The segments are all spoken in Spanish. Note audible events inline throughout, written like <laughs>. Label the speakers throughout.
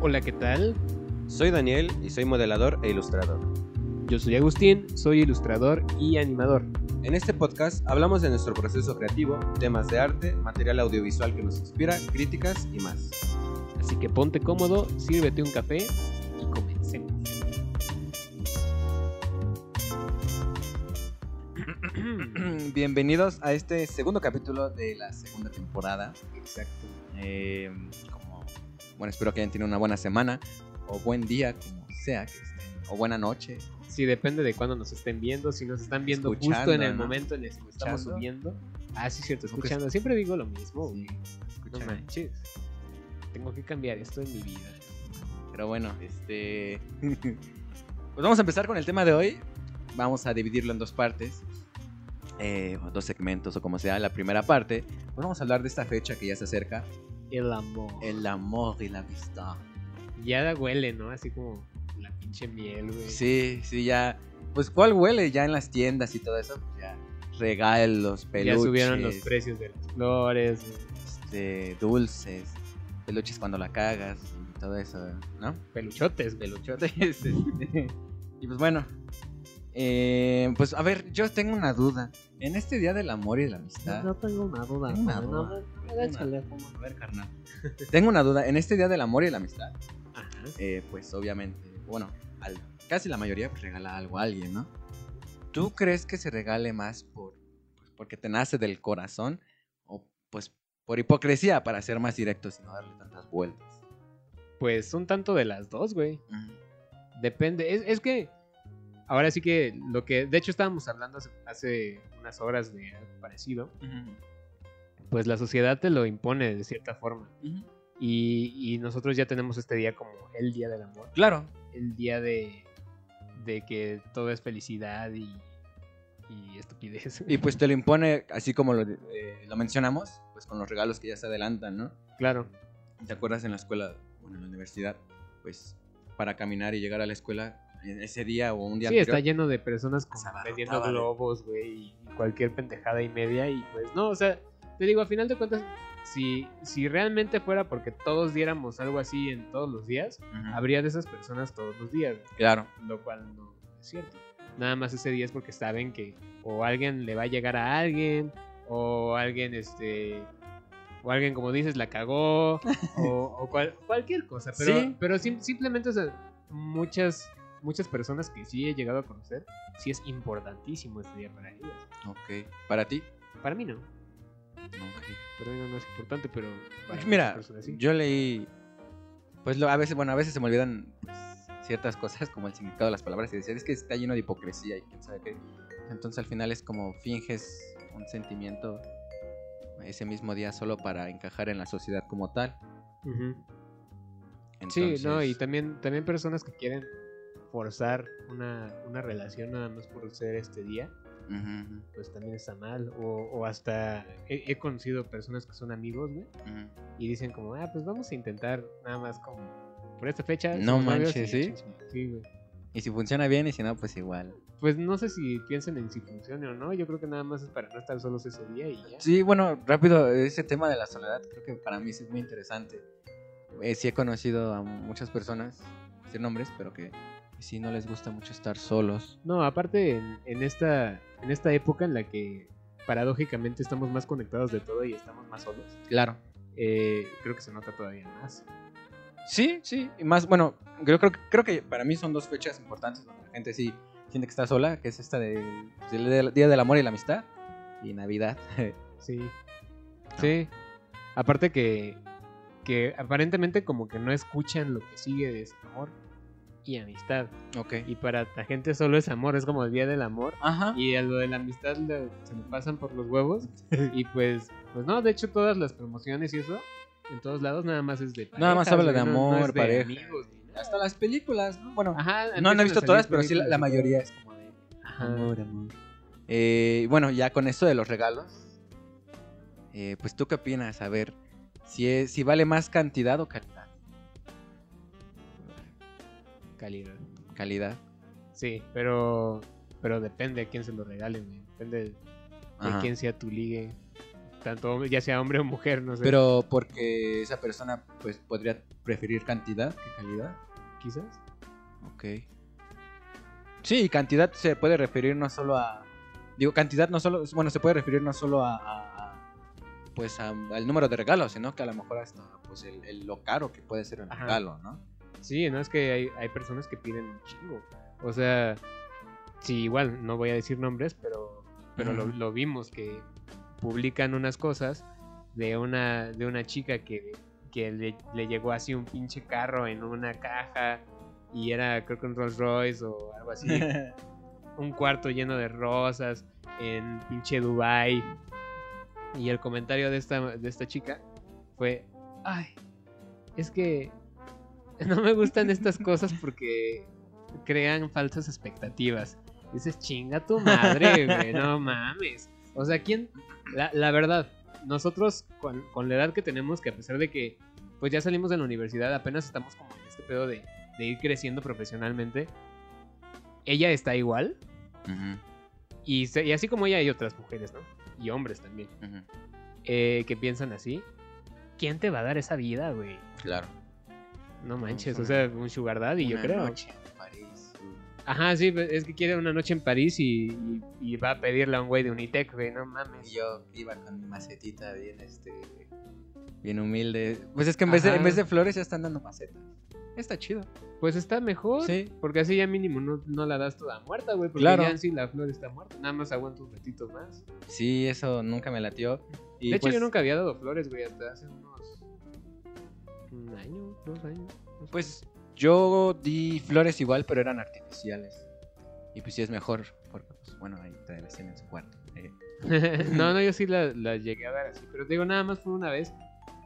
Speaker 1: Hola, ¿qué tal?
Speaker 2: Soy Daniel y soy modelador e ilustrador.
Speaker 1: Yo soy Agustín, soy ilustrador y animador.
Speaker 2: En este podcast hablamos de nuestro proceso creativo, temas de arte, material audiovisual que nos inspira, críticas y más.
Speaker 1: Así que ponte cómodo, sírvete un café y
Speaker 2: <clears throat>
Speaker 1: comencemos.
Speaker 2: <clears throat> Bienvenidos a este segundo capítulo de la segunda temporada.
Speaker 1: Exacto.
Speaker 2: Eh, como- bueno, espero que hayan tenido una buena semana o buen día, como sea que estén, o buena noche.
Speaker 1: Sí, depende de cuándo nos estén viendo. Si nos están viendo justo
Speaker 2: Escuchando,
Speaker 1: en el
Speaker 2: ¿no?
Speaker 1: momento en el que estamos
Speaker 2: Escuchando.
Speaker 1: subiendo. Ah, sí, cierto,
Speaker 2: Aunque-
Speaker 1: escuchando. Siempre digo lo mismo.
Speaker 2: Sí,
Speaker 1: no
Speaker 2: escuchan.
Speaker 1: manches. Tengo que cambiar esto en mi vida.
Speaker 2: Pero bueno, este. <laughs> pues vamos a empezar con el tema de hoy. Vamos a dividirlo en dos partes. eh, o dos segmentos o como sea. La primera parte. pues vamos a hablar de esta fecha que ya se acerca.
Speaker 1: El amor.
Speaker 2: El amor y la amistad.
Speaker 1: Ya da huele, ¿no? Así como la pinche miel, güey.
Speaker 2: Sí, sí, ya. Pues cuál huele ya en las tiendas y todo eso. Pues, ya. Regalos,
Speaker 1: ya
Speaker 2: peluches.
Speaker 1: subieron los precios de las flores. güey.
Speaker 2: este, dulces. Peluches cuando la cagas. Y todo eso,
Speaker 1: <laughs>
Speaker 2: ¿no?
Speaker 1: Peluchotes, peluchotes.
Speaker 2: Entonces, este, y pues bueno. eh, pues a ver, yo tengo una duda. En este día del amor y de la amistad.
Speaker 1: tengo una duda.
Speaker 2: ah. Tengo una
Speaker 1: joven,
Speaker 2: duda.
Speaker 1: no, no,
Speaker 2: Tengo una-
Speaker 1: échale.
Speaker 2: A ver, carnal. Tengo una duda. En este día del amor y de la amistad,
Speaker 1: Ajá.
Speaker 2: eh, pues obviamente, bueno, al- casi la mayoría pues, regala algo a alguien, ¿no? ¿Tú crees que se regale más por pues, porque te nace del corazón o pues por hipocresía para ser más directos y no darle tantas vueltas?
Speaker 1: Pues un tanto de las dos, güey. Depende. Es, es que. Ahora sí que lo que. De hecho, estábamos hablando hace, hace unas horas de algo parecido. Pues la sociedad te lo impone de cierta forma. Y, y nosotros ya tenemos este día como el día del amor.
Speaker 2: Claro.
Speaker 1: El día de. de que todo es felicidad y. y estupidez.
Speaker 2: Y pues te lo impone, así como lo, eh, lo mencionamos, pues con los regalos que ya se adelantan, ¿no?
Speaker 1: <laughs> claro.
Speaker 2: ¿Te acuerdas en la escuela, bueno, en la universidad? Pues para caminar y llegar a la escuela eh, ese día o un día
Speaker 1: Sí, está
Speaker 2: anterior,
Speaker 1: lleno de personas como
Speaker 2: Se abarrotaba
Speaker 1: vendiendo
Speaker 2: de-
Speaker 1: globos, güey, y cualquier pendejada y media. Y pues no, o sea, te digo, a final de cuentas, si, si realmente fuera porque todos diéramos algo así en todos los días,
Speaker 2: Ujú.
Speaker 1: habría de esas personas todos los días,
Speaker 2: Claro.
Speaker 1: lo cual no es cierto. Nada más ese día es porque saben que o alguien le va a llegar a alguien, o alguien, este, o alguien, como dices, la cagó, <laughs> o, o cual- cualquier cosa. Pero,
Speaker 2: Sí.
Speaker 1: pero sim- simplemente, o sea, muchas, muchas personas que sí he llegado a conocer, sí es importantísimo este día para ellas.
Speaker 2: Ok. ¿Para ti?
Speaker 1: Para mí no,
Speaker 2: Ok.
Speaker 1: para mí no, no es importante, pero para
Speaker 2: Mira,
Speaker 1: muchas personas sí.
Speaker 2: yo leí... Pues lo- a veces, bueno, a veces se me olvidan pues, ciertas cosas como el significado de las palabras y decir, es que está lleno de hipocresía y quién sabe qué. Entonces al final es como finges un sentimiento ese mismo día solo para encajar en la sociedad como tal.
Speaker 1: Ujú. Sí, no, y
Speaker 2: Entonces,
Speaker 1: también, también personas que quieren forzar una, una relación nada más por ser este día,
Speaker 2: ujú,
Speaker 1: pues también está mal. O, o hasta he, he conocido personas que son amigos, güey,
Speaker 2: ujú.
Speaker 1: y dicen como, ah, pues vamos a intentar nada más como por esta fecha.
Speaker 2: No
Speaker 1: somos novios
Speaker 2: manches,
Speaker 1: y
Speaker 2: ¿sí?
Speaker 1: chingos". Sí, güey.
Speaker 2: Y si funciona bien y si no, pues igual.
Speaker 1: Pues no sé si piensan en si funciona o no, yo creo que nada más es para no estar solos ese día y ya.
Speaker 2: Sí, bueno, rápido, ese tema de la soledad creo que para mí sí es muy interesante. Eh, sí he conocido a muchas personas, sin nombres, pero que sí no les gusta mucho estar solos.
Speaker 1: No, aparte en, en esta, en esta época en la que paradójicamente estamos más conectados de todo y estamos más solos,
Speaker 2: Claro.
Speaker 1: eh, creo que se nota todavía más.
Speaker 2: Sí, sí, y más, bueno, yo creo, que- creo que para mí son dos fechas importantes donde la gente sí siente que está sola, que es esta de- del Día del Amor y la Amistad y Navidad.
Speaker 1: Sí. Sí. Aparte que, que aparentemente como que no escuchan lo que sigue de ese amor y amistad.
Speaker 2: ok.
Speaker 1: Y para la gente solo es amor, es como el día del amor.
Speaker 2: Ajá.
Speaker 1: Y a lo de la amistad lo- se me pasan por los huevos. Y pues, pues no, de hecho todas las promociones y eso, en todos lados nada más es de
Speaker 2: Nada más
Speaker 1: parejas,
Speaker 2: habla de
Speaker 1: güey, no- no
Speaker 2: amor,
Speaker 1: es de
Speaker 2: pareja.
Speaker 1: amigos ni nada.
Speaker 2: Hasta las películas, ¿no? Bueno,
Speaker 1: Ajá,
Speaker 2: no, no
Speaker 1: empiezan
Speaker 2: he
Speaker 1: a
Speaker 2: visto
Speaker 1: salir
Speaker 2: todas, pero sí la,
Speaker 1: películas
Speaker 2: la
Speaker 1: y todo.
Speaker 2: mayoría es como de
Speaker 1: Ajá.
Speaker 2: Eh, bueno, ya con esto de los regalos, eh, pues tú qué opinas, a ver, si, es- si vale más cantidad o calidad.
Speaker 1: Calidad.
Speaker 2: Calidad.
Speaker 1: Sí, pero pero depende a quién se lo regalen, güey. depende de
Speaker 2: Ajá.
Speaker 1: quién sea tu ligue, Tanto ya sea hombre o mujer, no sé.
Speaker 2: Pero porque esa persona pues podría preferir cantidad que calidad.
Speaker 1: quizás.
Speaker 2: Ok. Sí, cantidad se puede referir no solo a. Digo, cantidad no solo. Bueno, se puede referir no solo a. a- a, pues a- al número de regalos, sino que a lo mejor hasta pues el, el lo caro que puede ser el
Speaker 1: Ajá.
Speaker 2: regalo, ¿no?
Speaker 1: Sí, no es que hay, hay personas que piden un chingo. O sea, sí, igual, no voy a decir nombres, pero, pero lo,
Speaker 2: Ujú.
Speaker 1: lo vimos que publican unas cosas de una, de una chica que, que le, le llegó así un pinche carro en una caja y era, creo que un Rolls Royce o algo así. un cuarto lleno de rosas en pinche Dubai. Y el comentario de esta, de esta chica fue, ay, es que <laughs> no me gustan estas cosas porque crean falsas expectativas. Dices, chinga tu madre, güey,
Speaker 2: <laughs>
Speaker 1: no mames. O sea, ¿quién? La, la verdad, nosotros con, con la edad que tenemos, que a pesar de que pues ya salimos de la universidad, apenas estamos como en este pedo de, de ir creciendo profesionalmente, ella está igual,
Speaker 2: Ujú,
Speaker 1: y, se- y así como ella hay otras mujeres, ¿no? Y hombres también,
Speaker 2: ujú,
Speaker 1: eh, que piensan así. ¿Quién te va a dar esa vida, güey?
Speaker 2: Claro.
Speaker 1: No manches,
Speaker 2: pues, una-
Speaker 1: o sea, un sugar daddy, yo
Speaker 2: Una
Speaker 1: creo.
Speaker 2: noche en París.
Speaker 1: Ajá, sí, pues, es que quiere una noche en París y, y- y va a pedirle a un güey de Unitec, güey, no
Speaker 2: Y
Speaker 1: mames.
Speaker 2: yo iba con mi macetita bien, este. Bien humilde. Pues es que en vez, de,
Speaker 1: Ajá.
Speaker 2: en vez de flores ya están dando macetas. Está chido.
Speaker 1: Pues está mejor,
Speaker 2: Sí.
Speaker 1: porque así ya mínimo no, no la das toda muerta, güey, porque
Speaker 2: Claro.
Speaker 1: ya en sí la flor está muerta, nada más aguanta un ratito más.
Speaker 2: Sí, eso nunca me latió. Y
Speaker 1: de hecho,
Speaker 2: pues-
Speaker 1: yo nunca había dado flores, güey, hasta hace unos... Un año, dos
Speaker 2: <laughs>
Speaker 1: años. no sé.
Speaker 2: Pues yo di flores igual, pero eran artificiales. Y pues sí es mejor, porque pues bueno, ahí te las tienen en su cuarto. Eh,
Speaker 1: no, no, yo sí la, la llegué a dar así. Pero te digo, nada más fue una vez.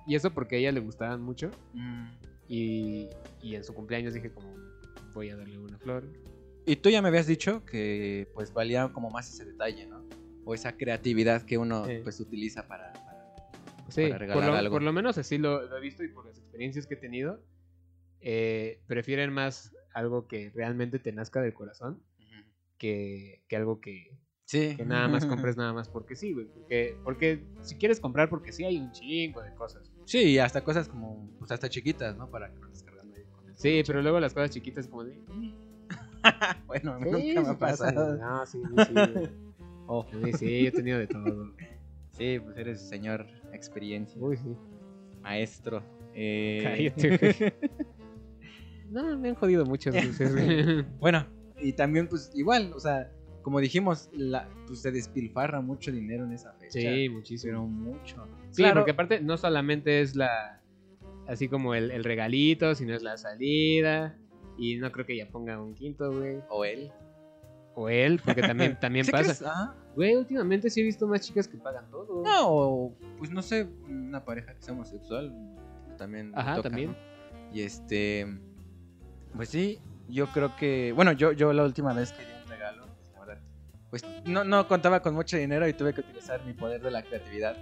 Speaker 1: Y eso porque a ella le gustaban mucho. Mm. Y, y en su cumpleaños dije como, voy a darle una flor.
Speaker 2: Y tú ya me habías dicho que pues valía como más ese detalle, ¿no? O esa creatividad que uno
Speaker 1: Sí.
Speaker 2: pues utiliza para... para- pues,
Speaker 1: Sí,
Speaker 2: para
Speaker 1: por
Speaker 2: regalar
Speaker 1: lo,
Speaker 2: algo.
Speaker 1: por lo menos así lo, lo he visto y por las experiencias que he tenido. eh, prefieren más algo que realmente te nazca del corazón
Speaker 2: Ujú.
Speaker 1: que, que algo que,
Speaker 2: Sí.
Speaker 1: que nada
Speaker 2: <laughs>
Speaker 1: más compres nada más porque sí, güey. Porque, porque si quieres comprar porque sí hay un chingo de cosas.
Speaker 2: Sí, y hasta cosas como, pues hasta chiquitas, ¿no? Para que no estés cargando ahí con el
Speaker 1: Sí,
Speaker 2: pinche-
Speaker 1: pero luego las cosas chiquitas como de...
Speaker 2: <laughs> Bueno, a mí
Speaker 1: Sí,
Speaker 2: nunca me
Speaker 1: sí
Speaker 2: ha
Speaker 1: pasa.
Speaker 2: pasado.
Speaker 1: No, sí, sí, sí. güey. A mí sí, yo he tenido de todo.
Speaker 2: Oh, Sí, pues eres señor experiencia,
Speaker 1: Uy, <laughs> sí.
Speaker 2: maestro. eh,
Speaker 1: Cállate, güey. No, me han jodido muchas veces. güey.
Speaker 2: Bueno, y también pues igual, o sea, como dijimos, la, pues se despilfarra mucho dinero en esa fecha. <laughs>
Speaker 1: sí, muchísimo.
Speaker 2: Pero mucho.
Speaker 1: Sí,
Speaker 2: Claro,
Speaker 1: porque aparte no solamente es la. Así como el, el regalito, sino es la salida. Y no creo que ya ponga un quinto, güey.
Speaker 2: O él.
Speaker 1: O él, porque
Speaker 2: <laughs>
Speaker 1: también, también
Speaker 2: ¿Sí
Speaker 1: pasa.
Speaker 2: crees? Ah. Ajá.
Speaker 1: Güey, últimamente sí he visto más chicas que pagan todo.
Speaker 2: No, o, pues no sé, una pareja que sea homosexual también. le
Speaker 1: Ajá,
Speaker 2: toca,
Speaker 1: también.
Speaker 2: ¿no? Y este. Pues sí, yo creo que. Bueno, yo, yo la última vez que di un regalo, pues, la verdad. Pues no, no contaba con mucho dinero y tuve que utilizar mi poder de la creatividad.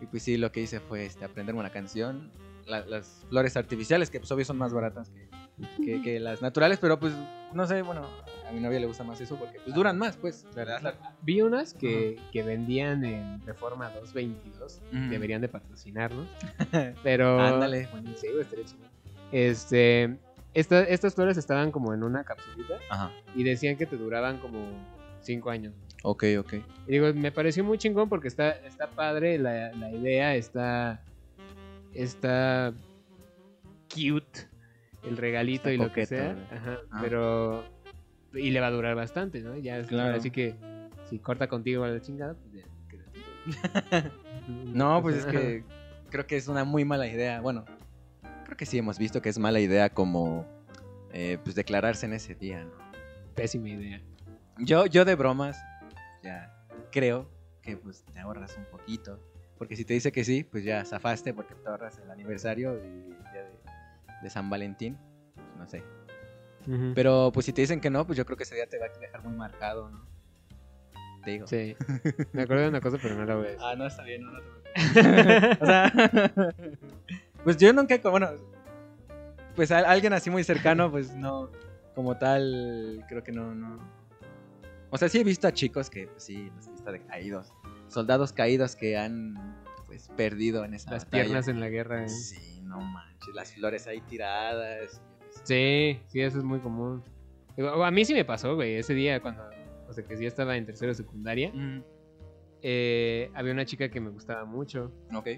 Speaker 2: Y pues sí, lo que hice fue este, aprenderme una canción. la- las flores artificiales, que pues obvio son más baratas que, que- que las naturales, pero pues no sé, bueno, a mi novia le gusta más eso porque pues duran más, pues. La verdad, la-
Speaker 1: Vi unas que, que vendían en Reforma 222.
Speaker 2: Ujú.
Speaker 1: Deberían de
Speaker 2: <laughs>
Speaker 1: patrocinarnos. Pero.
Speaker 2: Mm. Ándale.
Speaker 1: Sí, güey, estaría chido. Este. esta- estas flores estaban como en una capsulita
Speaker 2: Ajá,
Speaker 1: y decían que te duraban como 5 años.
Speaker 2: ok, ok.
Speaker 1: Y digo, me pareció muy chingón porque está, está padre la, la idea, está. Está. cute el regalito
Speaker 2: Está
Speaker 1: y lo que
Speaker 2: coqueto,
Speaker 1: sea.
Speaker 2: güey.
Speaker 1: Ajá,
Speaker 2: Ah.
Speaker 1: Pero. Y le va a durar bastante, ¿no? Ya es-
Speaker 2: Claro.
Speaker 1: Así que si corta contigo a la chingada, pues ya. quédate.
Speaker 2: No, pues es
Speaker 1: Ajá.
Speaker 2: que creo que es una muy mala idea. Bueno, creo que sí hemos visto que es mala idea como eh, pues declararse en ese día, ¿no?
Speaker 1: Pésima idea.
Speaker 2: Yo, yo de bromas, ya creo que pues te ahorras un poquito. Porque si te dice que sí, pues ya zafaste porque te ahorras el aniversario y el día de, de San Valentín. No sé.
Speaker 1: Ujú.
Speaker 2: Pero pues si te dicen que no, pues yo creo que ese día te va a dejar muy marcado, ¿no? Te digo.
Speaker 1: Sí. Me acuerdo de una cosa, pero no la voy a decir.
Speaker 2: Ah, no, está bien, no, no te preocupes.
Speaker 1: <laughs>
Speaker 2: o sea, pues yo nunca, co- bueno, pues a- alguien así muy cercano, pues no, como tal, creo que no, no. O sea, sí he visto a chicos que, pues, sí, los he visto de caídos, soldados caídos que han pues perdido en esa
Speaker 1: Las
Speaker 2: batalla.
Speaker 1: piernas en la guerra. ¿eh? Sí.
Speaker 2: Sí, no manches, las flores ahí tiradas.
Speaker 1: sí, eso es muy común. Digo, A mí sí me pasó, güey, ese día cuando, o sea, que sí estaba en tercero de secundaria,
Speaker 2: Mm,
Speaker 1: eh, había una chica que me gustaba mucho.
Speaker 2: ok.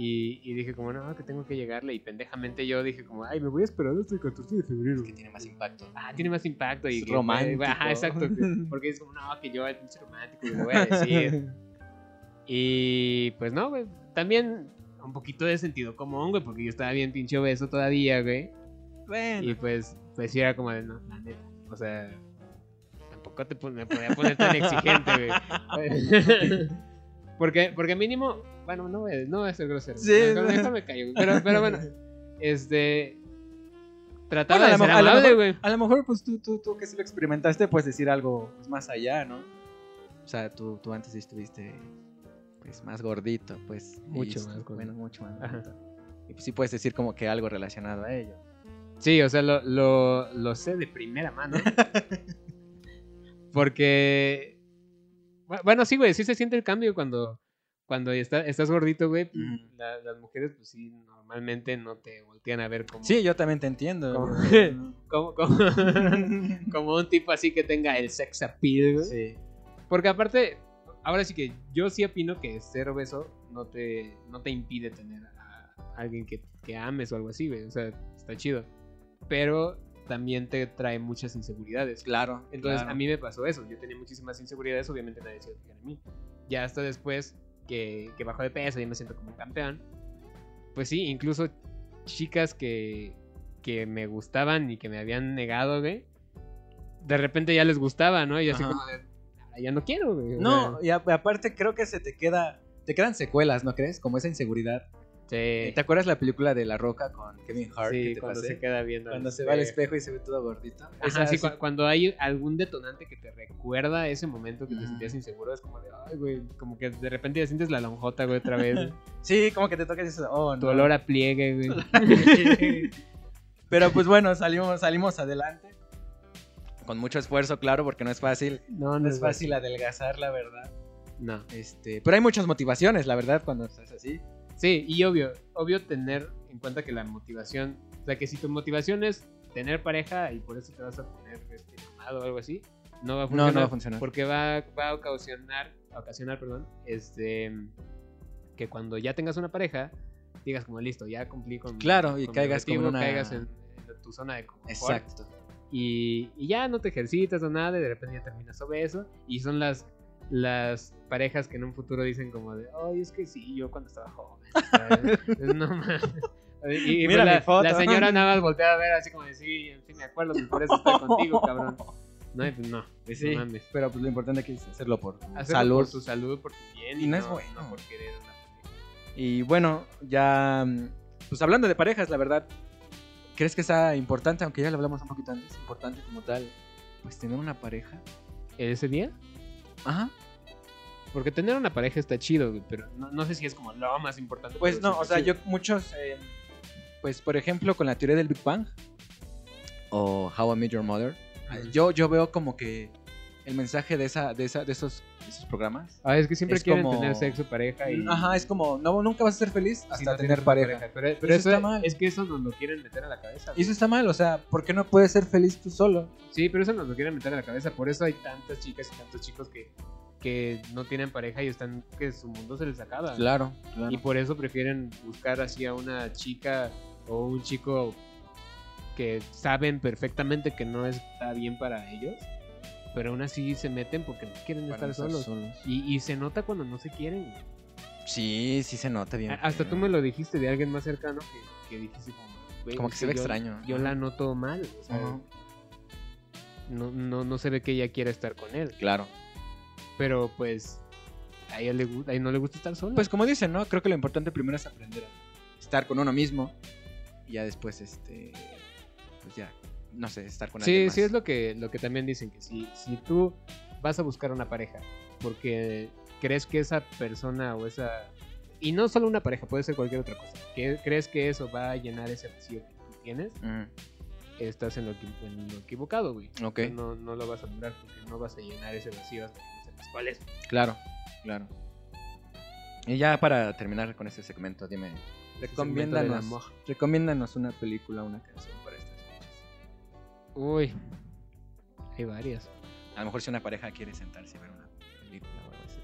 Speaker 1: Y, y dije como, no, que tengo que llegarle. Y pendejamente yo dije como, ay, me voy a esperar hasta el 14 de febrero.
Speaker 2: Es que tiene más impacto.
Speaker 1: Ah, tiene más impacto. Y
Speaker 2: Es
Speaker 1: que,
Speaker 2: romántico.
Speaker 1: Ajá,
Speaker 2: <laughs>
Speaker 1: exacto. que- Porque es como, no, que yo al pinche romántico y le voy a <laughs> decir. Y pues no, güey. También un poquito de sentido común, güey, porque yo estaba bien pinche obeso todavía, güey. Y
Speaker 2: Bueno.
Speaker 1: pues, pues sí era como de, no, la neta. O sea, tampoco te pon- me podía poner tan exigente,
Speaker 2: <laughs>
Speaker 1: güey. porque, porque mínimo, bueno, no voy a, no voy a ser grosero.
Speaker 2: Sí.
Speaker 1: No, Con esto me callo, güey. Pero, pero bueno, este... Trataba
Speaker 2: Bueno, a lo
Speaker 1: de ser amable,
Speaker 2: mejor- a lo mejor-
Speaker 1: güey.
Speaker 2: A lo mejor, pues tú, tú, tú que sí lo experimentaste, pues decir algo pues, más allá, ¿no? O sea, tú, tú antes sí estuviste pues, más gordito, pues. y
Speaker 1: Mucho
Speaker 2: esto-
Speaker 1: más gordo.
Speaker 2: Bueno, mucho más
Speaker 1: Ajá.
Speaker 2: gordito. Y pues sí puedes decir como que algo relacionado a ello.
Speaker 1: Sí, o sea, lo, lo, lo sé de primera mano.
Speaker 2: <laughs>
Speaker 1: Porque. bu- Bueno, sí, güey, sí se siente el cambio cuando, cuando está- estás gordito, güey. pues,
Speaker 2: Ujú.
Speaker 1: la- las mujeres, pues sí, normalmente no te voltean a ver como.
Speaker 2: Sí, yo también te entiendo.
Speaker 1: Como-
Speaker 2: güey.
Speaker 1: Como, como, <laughs> como un tipo así que tenga el sex appeal, güey.
Speaker 2: <laughs> sí.
Speaker 1: Porque aparte, ahora sí que yo sí opino que ser obeso no te, no te impide tener a alguien que, que ames o algo así, güey. O sea, está chido. Pero también te trae muchas inseguridades.
Speaker 2: Claro.
Speaker 1: Entonces
Speaker 2: claro.
Speaker 1: a mí me pasó eso. Yo tenía muchísimas inseguridades, obviamente nadie se iba a fijar en mí. Ya hasta después que, que bajo de peso y me siento como un campeón. Pues sí, incluso chicas que, que me gustaban y que me habían negado, güey. De repente ya les gustaba, ¿no? Y yo así
Speaker 2: Ajá.
Speaker 1: como de, "Ah, ya no quiero, güey. o
Speaker 2: No,
Speaker 1: sea,
Speaker 2: y a- aparte creo que se te queda. Te quedan secuelas, ¿no crees? Como esa inseguridad.
Speaker 1: sí,
Speaker 2: ¿Te acuerdas la película de La Roca con Kevin Hart?
Speaker 1: sí,
Speaker 2: que te
Speaker 1: cuando
Speaker 2: pasé?
Speaker 1: se queda viendo. al
Speaker 2: Cuando se va al
Speaker 1: espejo.
Speaker 2: espejo y se ve todo gordito.
Speaker 1: Ajá,
Speaker 2: Esa
Speaker 1: sí,
Speaker 2: sí-
Speaker 1: cu- cuando hay algún detonante que te recuerda ese momento que te
Speaker 2: Ujú.
Speaker 1: sentías inseguro, es como de, ay, güey, como que de repente ya sientes la lonjota, güey, otra
Speaker 2: <laughs>
Speaker 1: vez.
Speaker 2: Sí, como que te toca y dices, oh, no.
Speaker 1: Tu olor a pliegue, güey. <laughs>
Speaker 2: Pero pues bueno, salimos, salimos adelante. Con mucho esfuerzo, claro, porque no es fácil.
Speaker 1: No,
Speaker 2: No es fácil adelgazar, la verdad.
Speaker 1: No.
Speaker 2: Este, pero hay muchas motivaciones, la verdad, cuando estás así.
Speaker 1: Sí, y obvio, obvio tener en cuenta que la motivación, o sea, que si tu motivación es tener pareja y por eso te vas a poner este mamado o algo así, no va a funcionar.
Speaker 2: funcionar.
Speaker 1: Porque va, va a ocasionar, a ocasionar, perdón, este, que cuando ya tengas una pareja, digas como listo, ya cumplí con
Speaker 2: Claro, y
Speaker 1: con mi
Speaker 2: caigas como en
Speaker 1: objetivo,
Speaker 2: una-
Speaker 1: caigas en, en tu zona de confort.
Speaker 2: Exacto.
Speaker 1: y, y ya no te ejercitas o nada, y de repente ya terminas obeso. Y son las, las parejas que en un futuro dicen como de, ay, es que sí, yo cuando estaba joven. ¿sabes? <laughs> Es no mames. Y, y
Speaker 2: Mira
Speaker 1: la,
Speaker 2: mi foto.
Speaker 1: la señora nada más voltea a ver así como de, sí, en fin, me acuerdo, pues por eso estoy contigo,
Speaker 2: <laughs>
Speaker 1: cabrón. No, y pues no,
Speaker 2: Pues
Speaker 1: no
Speaker 2: sí.
Speaker 1: mames.
Speaker 2: Pero pues lo importante que es hacerlo por
Speaker 1: Hacerlo
Speaker 2: salud.
Speaker 1: por tu salud, por tu bien.
Speaker 2: Y no es bueno.
Speaker 1: no por querer una pareja.
Speaker 2: Y bueno, ya. mm, Pues hablando de parejas, la verdad. ¿Crees que sea importante, aunque ya lo hablamos un poquito antes, importante como tal, pues tener una pareja?
Speaker 1: ¿Ese día?
Speaker 2: Ajá.
Speaker 1: Porque tener una pareja está chido, güey, pero no, no sé si es como lo más importante.
Speaker 2: Pues
Speaker 1: pero
Speaker 2: no,
Speaker 1: sí
Speaker 2: o
Speaker 1: está
Speaker 2: sea,
Speaker 1: chido.
Speaker 2: yo muchos, eh, pues por ejemplo con la teoría del Big Bang o How I Met Your Mother,
Speaker 1: Ujú.
Speaker 2: yo, yo veo como que el mensaje de, esa, de, esa, de, esos, de esos programas.
Speaker 1: Ah, es que siempre
Speaker 2: es
Speaker 1: quieren
Speaker 2: como-
Speaker 1: tener sexo, pareja y...
Speaker 2: Ajá, es como, no, nunca vas a ser feliz hasta
Speaker 1: si no
Speaker 2: tener
Speaker 1: tienes
Speaker 2: pareja.
Speaker 1: Pero, pero eso,
Speaker 2: Eso está mal.
Speaker 1: es que eso nos lo quieren meter a la cabeza.
Speaker 2: Y eso está mal, o sea, ¿por qué no puedes ser feliz tú solo?
Speaker 1: Sí, pero eso nos lo quieren meter a la cabeza. Por eso hay tantas chicas y tantos chicos que, que no tienen pareja y están que su mundo se les acaba.
Speaker 2: Claro, claro.
Speaker 1: Y por eso prefieren buscar así a una chica o un chico que saben perfectamente que no está bien para ellos, pero aún así se meten porque no quieren estar solos. Y, y se nota cuando no se quieren. güey.
Speaker 2: Sí, sí se nota bien.
Speaker 1: A- Hasta
Speaker 2: feo.
Speaker 1: tú me lo dijiste de alguien más cercano que, que dijiste como... güey,
Speaker 2: Como
Speaker 1: es
Speaker 2: que se ve
Speaker 1: yo-
Speaker 2: extraño.
Speaker 1: Yo la noto mal. o sea,
Speaker 2: Ajá,
Speaker 1: no, no, no se ve que ella quiera estar con él.
Speaker 2: Claro.
Speaker 1: Pero pues a ella, le, gu- a ella no le gusta estar sola.
Speaker 2: Pues como dicen, ¿no? Creo que lo importante primero es aprender a estar con uno mismo y ya después, este, pues ya, no sé, estar con alguien
Speaker 1: sí,
Speaker 2: más.
Speaker 1: sí es lo que, lo que también dicen, que si, si tú vas a buscar una pareja porque crees que esa persona o esa... Y no solo una pareja, puede ser cualquier otra cosa. Que crees que eso va a llenar ese vacío que tú tienes,
Speaker 2: Mm,
Speaker 1: estás en lo, equi- en lo equivocado, güey.
Speaker 2: ok,
Speaker 1: No, no lo vas a lograr porque no vas a llenar ese vacío hasta que no sepas cuál es.
Speaker 2: claro, claro. Y ya para terminar con este segmento, dime,
Speaker 1: segmento del amor.
Speaker 2: recomiéndanos, recomiéndanos una película, una canción para estas fechas.
Speaker 1: Uy, hay varias.
Speaker 2: A lo mejor si una pareja quiere sentarse a ver una película o algo así.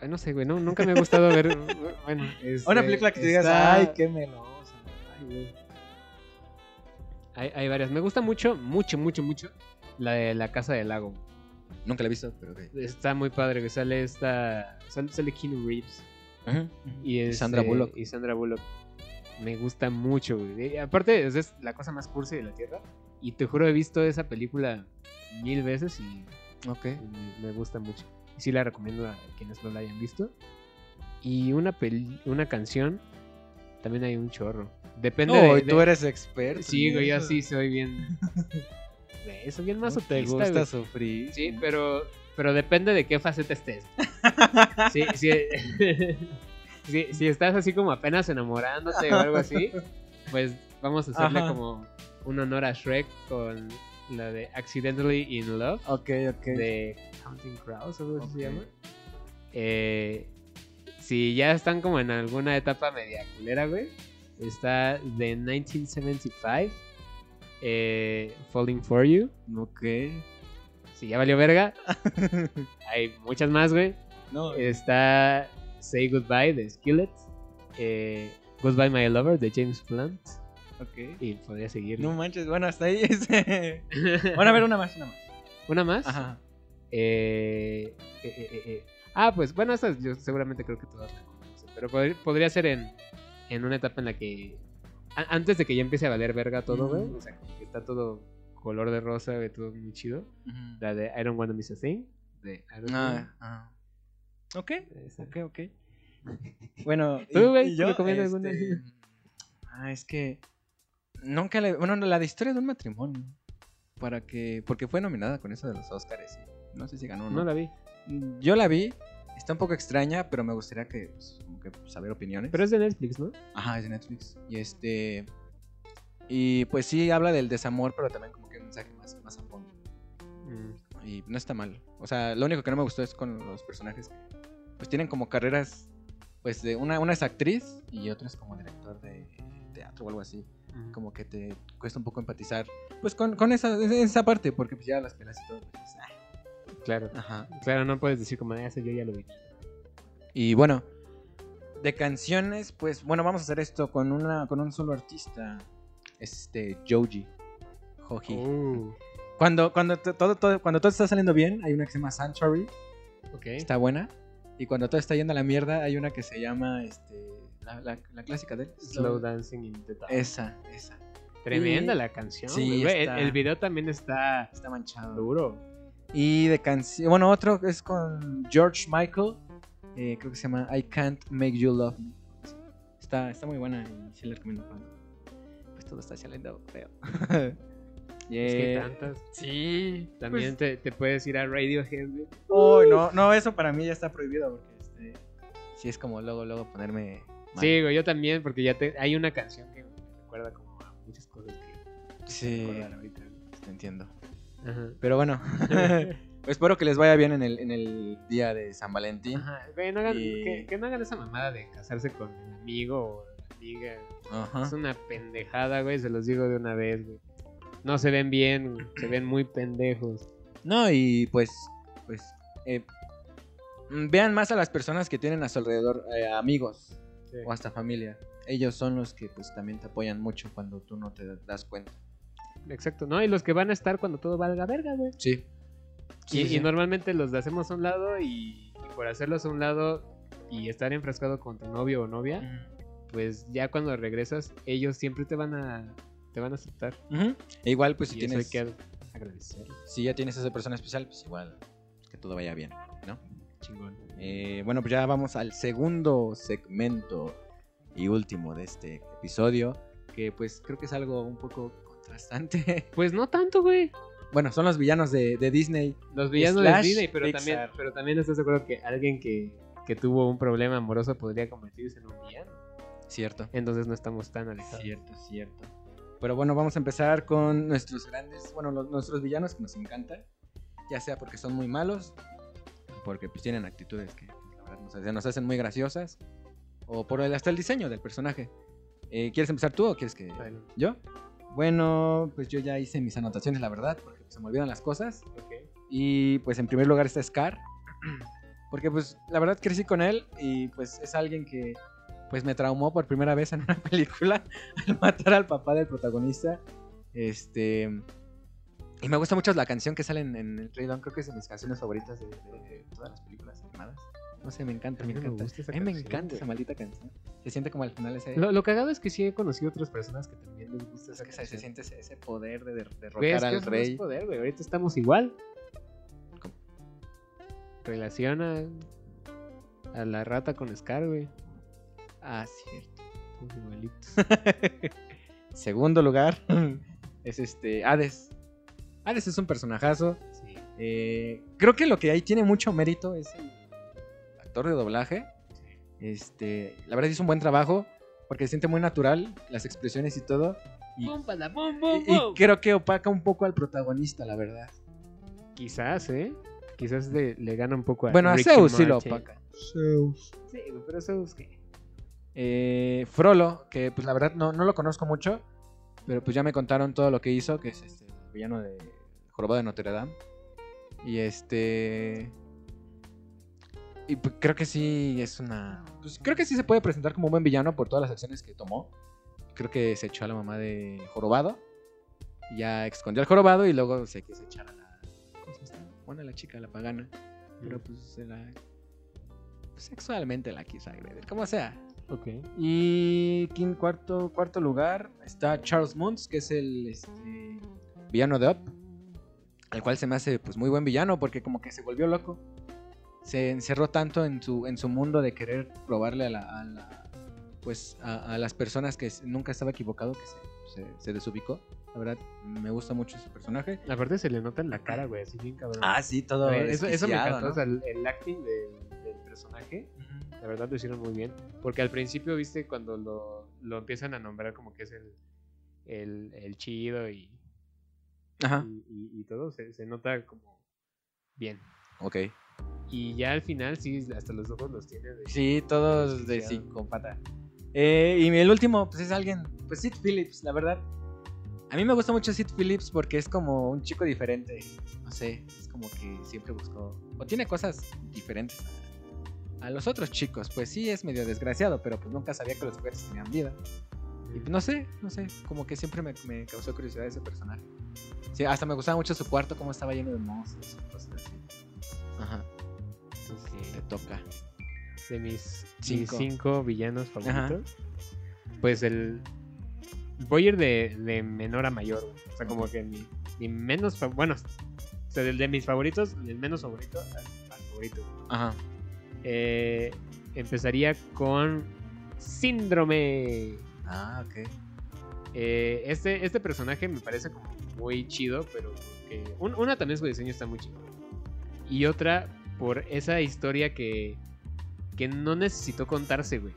Speaker 1: Ay, no sé, güey, no, nunca me ha gustado
Speaker 2: <laughs>
Speaker 1: ver. Bueno,
Speaker 2: Una
Speaker 1: este,
Speaker 2: película que te digas,
Speaker 1: está-
Speaker 2: ay, qué melosa. Ay, güey.
Speaker 1: Hay, hay varias. Me gusta mucho, mucho, mucho, mucho la de La Casa del Lago.
Speaker 2: Nunca la he visto, pero que...
Speaker 1: Está muy padre que sale esta. Sale, sale Keanu Reeves. Y,
Speaker 2: Y
Speaker 1: este-
Speaker 2: Sandra Bullock.
Speaker 1: Y Sandra Bullock. Me gusta mucho, güey. Y aparte, es, es la cosa más cursi de la Tierra. Y te juro, he visto esa película mil veces y
Speaker 2: Ok.
Speaker 1: me, me gusta mucho. Y sí la recomiendo a quienes no la hayan visto. Y una, peli- una canción, también hay un chorro. Depende
Speaker 2: No,
Speaker 1: de,
Speaker 2: y tú
Speaker 1: de-
Speaker 2: eres experto.
Speaker 1: Sí,
Speaker 2: en
Speaker 1: güey, yo
Speaker 2: eso.
Speaker 1: sí soy
Speaker 2: <laughs>
Speaker 1: bien... Güey, soy bien más
Speaker 2: ¿No ¿Te gusta sufrir?
Speaker 1: Sí, pero, pero depende de qué faceta estés. Sí, sí, <laughs> sí, si estás así como apenas enamorándote o algo así, pues vamos a hacerle
Speaker 2: Ajá.
Speaker 1: como un honor a Shrek con la de Accidentally in Love
Speaker 2: Ok, ok.
Speaker 1: de Counting Crows, algo así
Speaker 2: Ok.
Speaker 1: se llama. Eh, si ya están como en alguna etapa media culera, güey, está de 1975, eh, Falling for You.
Speaker 2: Ok.
Speaker 1: Si ya valió <laughs> verga, hay muchas más, güey.
Speaker 2: no,
Speaker 1: Está Say Goodbye de Skillet, eh, Goodbye My Lover de James Blunt,
Speaker 2: ok.
Speaker 1: y podría seguir.
Speaker 2: No manches, bueno, hasta ahí. <laughs> es- bueno, a ver, una más, una más.
Speaker 1: Una más.
Speaker 2: Ajá.
Speaker 1: Eh, eh, eh, eh. Ah, pues bueno, estas yo seguramente creo que todas las conocen, pero pod- podría ser en, en una etapa en la que a- antes de que ya empiece a valer verga todo, güey,
Speaker 2: Mm.
Speaker 1: o sea, que está todo color de rosa, güey, todo muy chido. La de I Don't Wanna Miss a Thing de Iron Man.
Speaker 2: Ah, ah. Ok,
Speaker 1: Esa.
Speaker 2: ok, ok. <laughs> Bueno, y-
Speaker 1: ¿Tú, güey,
Speaker 2: y yo,
Speaker 1: recomiendas alguna?
Speaker 2: este, Ah, es que nunca la, bueno, no, la de historia de un matrimonio para que porque fue nominada con eso de los Oscars y no sé si ganó o no.
Speaker 1: No la vi,
Speaker 2: Yo la vi, está un poco extraña, pero me gustaría que pues, como que saber opiniones.
Speaker 1: pero es de Netflix, ¿no?
Speaker 2: Ajá, es de Netflix. Y este. Y pues sí, habla del desamor, pero también como que un mensaje más, más a fondo.
Speaker 1: Mm.
Speaker 2: Y no está mal. O sea, lo único que no me gustó es con los personajes que pues tienen como carreras. Pues de una, una es actriz y otra es como director de teatro o algo así.
Speaker 1: mm,
Speaker 2: Como que te cuesta un poco empatizar. Pues con, con esa, esa parte, porque pues ya las pelas y todo. pues, ah.
Speaker 1: Claro.
Speaker 2: Ajá.
Speaker 1: Claro, no puedes decir como, ah, ese yo ya lo vi.
Speaker 2: Y bueno, de canciones, pues bueno, vamos a hacer esto con una con un solo artista, este Joji. Joji.
Speaker 1: Uh,
Speaker 2: Oh. Cuando cuando t- todo, todo cuando todo está saliendo bien, hay una que se llama Sanctuary,
Speaker 1: ok.
Speaker 2: está buena, y cuando todo está yendo a la mierda, hay una que se llama este la, la- la clásica de él,
Speaker 1: Slow Dancing in the Dark.
Speaker 2: Esa, esa.
Speaker 1: Tremenda
Speaker 2: y-
Speaker 1: la canción.
Speaker 2: sí,
Speaker 1: güey. El,
Speaker 2: está-
Speaker 1: el video también está
Speaker 2: Está manchado.
Speaker 1: duro.
Speaker 2: Y de canción, bueno, otro es con George Michael, eh, creo que se llama I Can't Make You Love Me. Está, está muy buena y sí la recomiendo. cuando, Pues todo está saliendo feo. <laughs> Y,
Speaker 1: Es que
Speaker 2: eh,
Speaker 1: tantas.
Speaker 2: Sí,
Speaker 1: También te, te puedes ir a Radiohead, güey.
Speaker 2: pues, oh, no, no, eso para mí ya está prohibido porque este, sí es como luego, luego ponerme. mal.
Speaker 1: Sí, güey, yo también, porque ya te, hay una canción que me recuerda como a muchas cosas que
Speaker 2: sí,
Speaker 1: recordar ahorita. güey.
Speaker 2: te entiendo.
Speaker 1: Ajá.
Speaker 2: Pero bueno, <laughs> espero que les vaya bien en el, en el día de San Valentín.
Speaker 1: Ajá, güey, no hagan-
Speaker 2: Y-
Speaker 1: que, que no hagan esa mamada de casarse con el amigo o la amiga.
Speaker 2: Ajá.
Speaker 1: Es una pendejada, güey, se los digo de una vez, güey. No se ven bien, güey, se ven muy pendejos.
Speaker 2: No, y pues, pues, eh, mm, vean más a las personas que tienen a su alrededor eh, amigos
Speaker 1: Sí.
Speaker 2: o hasta familia. Ellos son los que pues también te apoyan mucho cuando tú no te das cuenta.
Speaker 1: Exacto, ¿no? Y los que van a estar cuando todo valga verga, güey.
Speaker 2: Sí.
Speaker 1: y, y normalmente los hacemos a un lado y, y por hacerlos a un lado y estar enfrascado con tu novio o novia, pues ya cuando regresas, ellos siempre te van a, te van a aceptar.
Speaker 2: Ujú. E igual pues si
Speaker 1: y eso
Speaker 2: tienes,
Speaker 1: hay que agradecer.
Speaker 2: si ya tienes a esa persona especial, pues igual que todo vaya bien, ¿no?
Speaker 1: Chingón.
Speaker 2: Eh, bueno, pues ya vamos al segundo segmento y último de este episodio, que pues creo que es algo un poco contrastante. <laughs>
Speaker 1: Pues no tanto, güey.
Speaker 2: bueno, son los villanos de, de Disney.
Speaker 1: Los villanos de
Speaker 2: Slash
Speaker 1: Disney, pero
Speaker 2: Pixar.
Speaker 1: también, pero también estás de acuerdo que alguien que, que tuvo un problema amoroso podría convertirse en un villano.
Speaker 2: Cierto.
Speaker 1: Entonces no estamos tan alejados.
Speaker 2: Cierto, cierto. Pero bueno, vamos a empezar con nuestros grandes, bueno, los- nuestros villanos que nos encantan, ya sea porque son muy malos, porque pues tienen actitudes que la verdad pasar. no sé, se nos hacen muy graciosas. O por el, hasta el diseño del personaje. Eh, ¿Quieres empezar tú o quieres que
Speaker 1: Bueno,
Speaker 2: yo? Bueno, pues yo ya hice mis anotaciones, la verdad, porque se me olvidan las cosas.
Speaker 1: ok.
Speaker 2: Y pues en primer lugar está Scar. Porque pues la verdad crecí con él y pues es alguien que pues me traumó por primera vez en una <laughs> película al matar al papá del protagonista. Este... Y me gusta mucho la canción que sale en, en el Rey León, creo que es de mis canciones favoritas de, de- de todas las películas animadas. No sé, me encanta,
Speaker 1: A
Speaker 2: me
Speaker 1: mí no me
Speaker 2: encanta.
Speaker 1: gusta esa
Speaker 2: a mí me
Speaker 1: canción,
Speaker 2: encanta
Speaker 1: güey.
Speaker 2: esa maldita canción. Se siente como al final ese...
Speaker 1: Lo, lo cagado es que sí he conocido otras personas que también les gusta
Speaker 2: es
Speaker 1: esa
Speaker 2: que se, se
Speaker 1: canción.
Speaker 2: siente ese, ese poder de der-
Speaker 1: Güey, es
Speaker 2: derrocar
Speaker 1: que
Speaker 2: al
Speaker 1: eso no es
Speaker 2: rey.
Speaker 1: poder, güey. Ahorita estamos igual.
Speaker 2: ¿Cómo?
Speaker 1: Relaciona a la rata con Scar, güey.
Speaker 2: Ah, cierto.
Speaker 1: Somos
Speaker 2: <laughs>
Speaker 1: igualitos.
Speaker 2: Segundo lugar <laughs> es este Hades. Hades es un personajazo.
Speaker 1: Sí.
Speaker 2: Eh, creo que lo que ahí tiene mucho mérito es el actor de doblaje. Este, la verdad hizo un buen trabajo porque se siente muy natural las expresiones y todo. Y, y- y creo que opaca un poco al protagonista, la verdad.
Speaker 1: Quizás, ¿eh? Quizás le, le gana un poco a
Speaker 2: Bueno, a
Speaker 1: Ricky
Speaker 2: Zeus sí lo
Speaker 1: Martin.
Speaker 2: opaca.
Speaker 1: Sí, güey, pero Zeus, ¿qué?
Speaker 2: Eh, Frollo, que pues la verdad no, no lo conozco mucho, pero pues ya me contaron todo lo que hizo, que es este el villano de Jorobado de Notre Dame. Y este. Y pues, creo que sí es una. Pues creo que sí se puede presentar como un buen villano por todas las acciones que tomó. Creo que se echó a la mamá de Jorobado. y ya escondió al Jorobado y luego se quiso echar a la. ¿Cómo se llama? Bueno, a la chica, a la pagana.
Speaker 1: Mm.
Speaker 2: Pero pues se la. pues, Sexualmente la quiso agredir, como sea.
Speaker 1: Ok.
Speaker 2: Y en cuarto, cuarto lugar está Charles Muntz, que es el este, villano de Up, al cual se me hace pues muy buen villano porque como que se volvió loco. Se encerró tanto en su, en su mundo de querer probarle a, la- a la- pues, a, a las personas que s- nunca estaba equivocado que se, se- se desubicó. La verdad, me gusta mucho ese personaje. Eh,
Speaker 1: Aparte se le nota en la cara, güey, así bien cabrón.
Speaker 2: Ah, sí, todo.
Speaker 1: Güey, eso, eso me encantó. o sea, el, el acting del, del personaje, la verdad lo hicieron muy bien. Porque al principio, viste, cuando lo, lo empiezan a nombrar como que es el, el, el chido y,
Speaker 2: Ajá,
Speaker 1: y, y- y todo, se, se nota como bien.
Speaker 2: ok.
Speaker 1: Y ya al final, sí, hasta los ojos los tiene. de-
Speaker 2: Sí, todos de
Speaker 1: Desquiciado.
Speaker 2: psicópata. Eh, y el último, pues es alguien, pues Sid Phillips, la verdad. A mí me gusta mucho Sid Phillips porque es como un chico diferente. No sé, es como que siempre buscó. O tiene cosas diferentes a, a los otros chicos. Pues sí, es medio desgraciado, pero pues nunca sabía que los juguetes tenían vida. Y pues, no sé, no sé, como que siempre me, me causó curiosidad ese personaje. Sí, hasta me gustaba mucho su cuarto, cómo estaba lleno de monstruos y cosas así. Ajá,
Speaker 1: Ok.
Speaker 2: te toca.
Speaker 1: eh, de mis mis
Speaker 2: Cinco.
Speaker 1: cinco, villanos
Speaker 2: Ajá.
Speaker 1: favoritos, pues el. Voy a ir de, de menor a mayor. güey. O sea, como que mi, mi menos. fa- Bueno, o sea, del de mis favoritos, del menos favorito al, al favorito.
Speaker 2: Ajá.
Speaker 1: Eh, empezaría con Síndrome.
Speaker 2: Ah, ok.
Speaker 1: Eh, este, este personaje me parece como muy chido, pero que- un- una también su diseño está muy chido. Y otra por esa historia que, que no necesitó contarse, güey.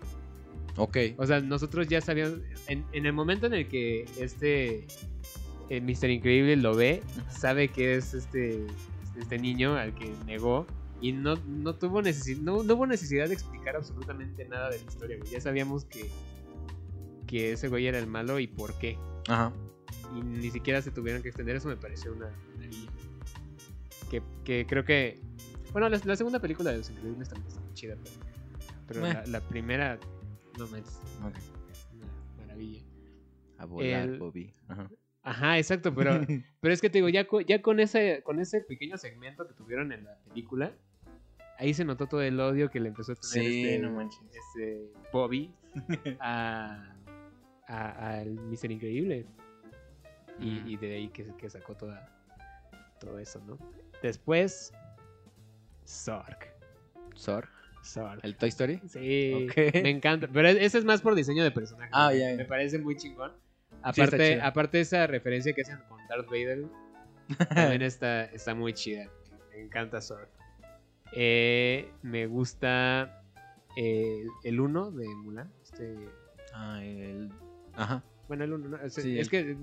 Speaker 2: Ok.
Speaker 1: O sea, nosotros ya sabíamos. En, en el momento en el que este eh, Mr. Increíble lo ve, sabe que es este, este niño al que negó. Y no, no tuvo necesi- no, no hubo necesidad de explicar absolutamente nada de la historia, güey. Ya sabíamos que, que ese güey era el malo y por qué.
Speaker 2: Ajá.
Speaker 1: Y ni siquiera se tuvieron que extender, eso me pareció una maravilla. Que, que creo que. Bueno, la, la segunda película de Los Increíbles también está muy chida, pero, pero
Speaker 2: Meh.
Speaker 1: la, la primera. No manches. Una maravilla.
Speaker 2: A volar,
Speaker 1: El-
Speaker 2: Bobby. Ajá.
Speaker 1: Ajá, exacto, <laughs>
Speaker 2: <laughs>
Speaker 1: pero, pero es que te digo, ya, co- ya con, ese, con ese pequeño segmento que tuvieron en la película, ahí se notó todo el odio que le empezó a tener este,
Speaker 2: manches.
Speaker 1: este <laughs> Bobby a, a- al Mister Increíble. Y, y de ahí que, que sacó toda, todo eso, ¿no? Después, Zork.
Speaker 2: Sor,
Speaker 1: Zork.
Speaker 2: el Toy Story.
Speaker 1: Sí,
Speaker 2: Ok.
Speaker 1: me encanta. Pero e- ese es más por diseño de personaje.
Speaker 2: Ah,
Speaker 1: ¿no?
Speaker 2: ya, ya.
Speaker 1: Me parece muy chingón.
Speaker 2: Sí, está
Speaker 1: Aparte,
Speaker 2: chido.
Speaker 1: aparte esa referencia que hacen con Darth
Speaker 2: <laughs>
Speaker 1: Vader, también está, está muy chida. Me encanta Zork. Eh, me gusta eh, el 1 de Mulan. Este,
Speaker 2: Ah, el. Ajá.
Speaker 1: bueno, el 1, ¿no? Es,
Speaker 2: Sí,
Speaker 1: es
Speaker 2: el-
Speaker 1: que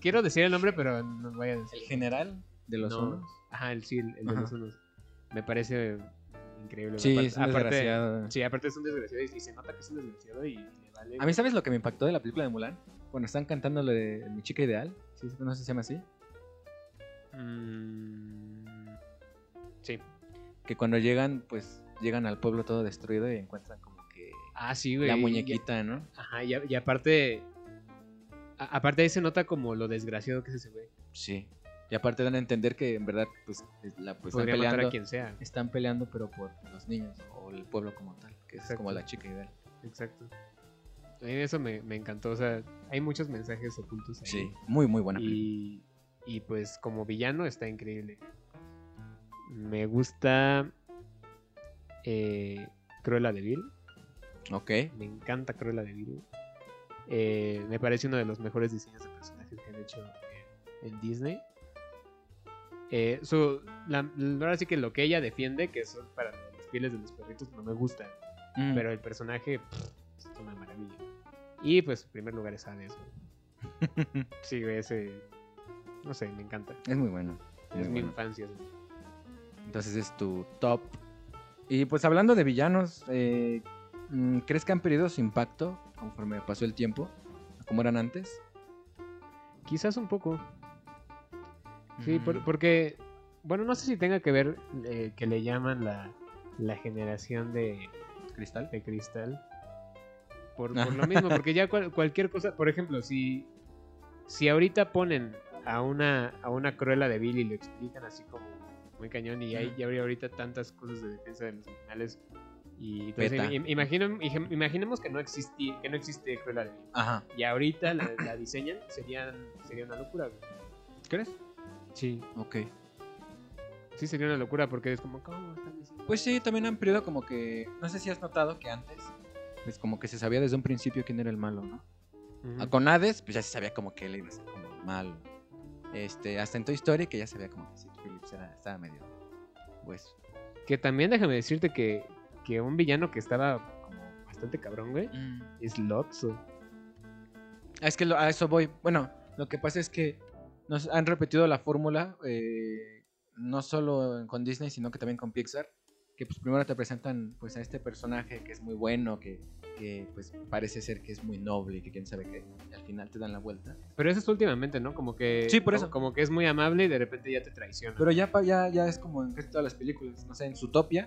Speaker 1: quiero decir el nombre, pero no voy a decir.
Speaker 2: general de
Speaker 1: No. Ajá, el, sí, el, el de
Speaker 2: Ajá.
Speaker 1: los unos. Me parece increíble.
Speaker 2: Sí,
Speaker 1: aparte,
Speaker 2: es un
Speaker 1: aparte-
Speaker 2: desgraciado.
Speaker 1: Sí, aparte es un desgraciado y, y se nota que es un desgraciado y, le vale.
Speaker 2: A mí, ¿sabes lo que me impactó de la película de Mulan? Cuando están cantando lo de Mi chica ideal. ¿sí? No sé si se llama así.
Speaker 1: Mm, Sí.
Speaker 2: Que cuando llegan, pues llegan al pueblo todo destruido y encuentran como que
Speaker 1: Ah, sí, güey.
Speaker 2: la
Speaker 1: y-
Speaker 2: muñequita, ¿no?
Speaker 1: Ajá, y, a- y aparte. a- aparte ahí se nota como lo desgraciado que es ese güey.
Speaker 2: Sí. Y aparte dan a entender que en verdad, pues, es la, pues están
Speaker 1: Podría matar
Speaker 2: peleando.
Speaker 1: a quien sea.
Speaker 2: Están peleando, pero por los niños o el pueblo como tal. Que esa es como
Speaker 1: Exacto.
Speaker 2: la chica ideal.
Speaker 1: Exacto. A mí eso me, me encantó. O sea, hay muchos mensajes ocultos ahí.
Speaker 2: Muy, muy buena película.
Speaker 1: Y, y pues como villano está increíble. Me gusta eh, Cruella de Vil.
Speaker 2: Ok.
Speaker 1: Me encanta Cruella de Vil. Eh, me parece uno de los mejores diseños de personajes que han hecho eh, en Disney. Eh, su, la, la- ahora sí que lo que ella defiende, que son para las pieles de los perritos, no me gusta.
Speaker 2: Mm.
Speaker 1: Pero el personaje pff, es una maravilla. Y pues en primer lugar es Hades.
Speaker 2: <laughs>
Speaker 1: güey. sí, güey, ese... No sé, me encanta.
Speaker 2: es muy bueno. muy
Speaker 1: es mi
Speaker 2: bueno.
Speaker 1: infancia. güey.
Speaker 2: Entonces es tu top. Y pues hablando de villanos, eh, mm, ¿crees que han perdido su impacto conforme pasó el tiempo? ¿Como eran antes?
Speaker 1: Quizás un poco. Sí, por-
Speaker 2: Mm,
Speaker 1: porque... Bueno, no sé si tenga que ver eh, que le llaman la, la generación de,
Speaker 2: cristal.
Speaker 1: de cristal. Por,
Speaker 2: Ah.
Speaker 1: por lo
Speaker 2: <laughs>
Speaker 1: mismo, porque ya cual- cualquier cosa, por ejemplo, si, si ahorita ponen a una, a una cruela de Billy y lo explican así como muy cañón y hay
Speaker 2: Ujú.
Speaker 1: ya habría ahorita tantas cosas de defensa de los animales y entonces,
Speaker 2: Peta.
Speaker 1: im- imaginen- ije- imaginemos que no existi, que no existe cruela de Billy
Speaker 2: Ajá.
Speaker 1: y ahorita la, la diseñan serían, sería una locura güey.
Speaker 2: ¿Crees?
Speaker 1: sí
Speaker 2: Ok.
Speaker 1: sí sería una locura porque es como cómo están diciendo?
Speaker 2: Pues sí, también han perdido como que... No sé si has notado que antes... Pues como que se sabía desde un principio quién era el malo, ¿no?
Speaker 1: Ujú.
Speaker 2: Ah, Con Hades, pues ya se sabía como que él iba a ser como el malo. Este, hasta en Toy Story, que ya sabía como que Sid Phillips era, estaba medio... Pues...
Speaker 1: que también déjame decirte que que un villano que estaba como bastante cabrón güey
Speaker 2: mm,
Speaker 1: Es Lotso.
Speaker 2: Ah, Es que lo- a eso voy. Bueno, lo que pasa es que nos han repetido la fórmula, eh, no solo con Disney, sino que también con Pixar. Que pues primero te presentan pues a este personaje que es muy bueno, que, que, pues parece ser que es muy noble y que quién sabe qué. Y al final te dan la vuelta.
Speaker 1: Pero eso es últimamente, ¿no? Como que.
Speaker 2: Sí, por
Speaker 1: como-
Speaker 2: eso.
Speaker 1: Como que es muy amable y de repente ya te traiciona.
Speaker 2: Pero ya, pa- ya, ya es como en casi todas las películas. No sé, en Zootopia,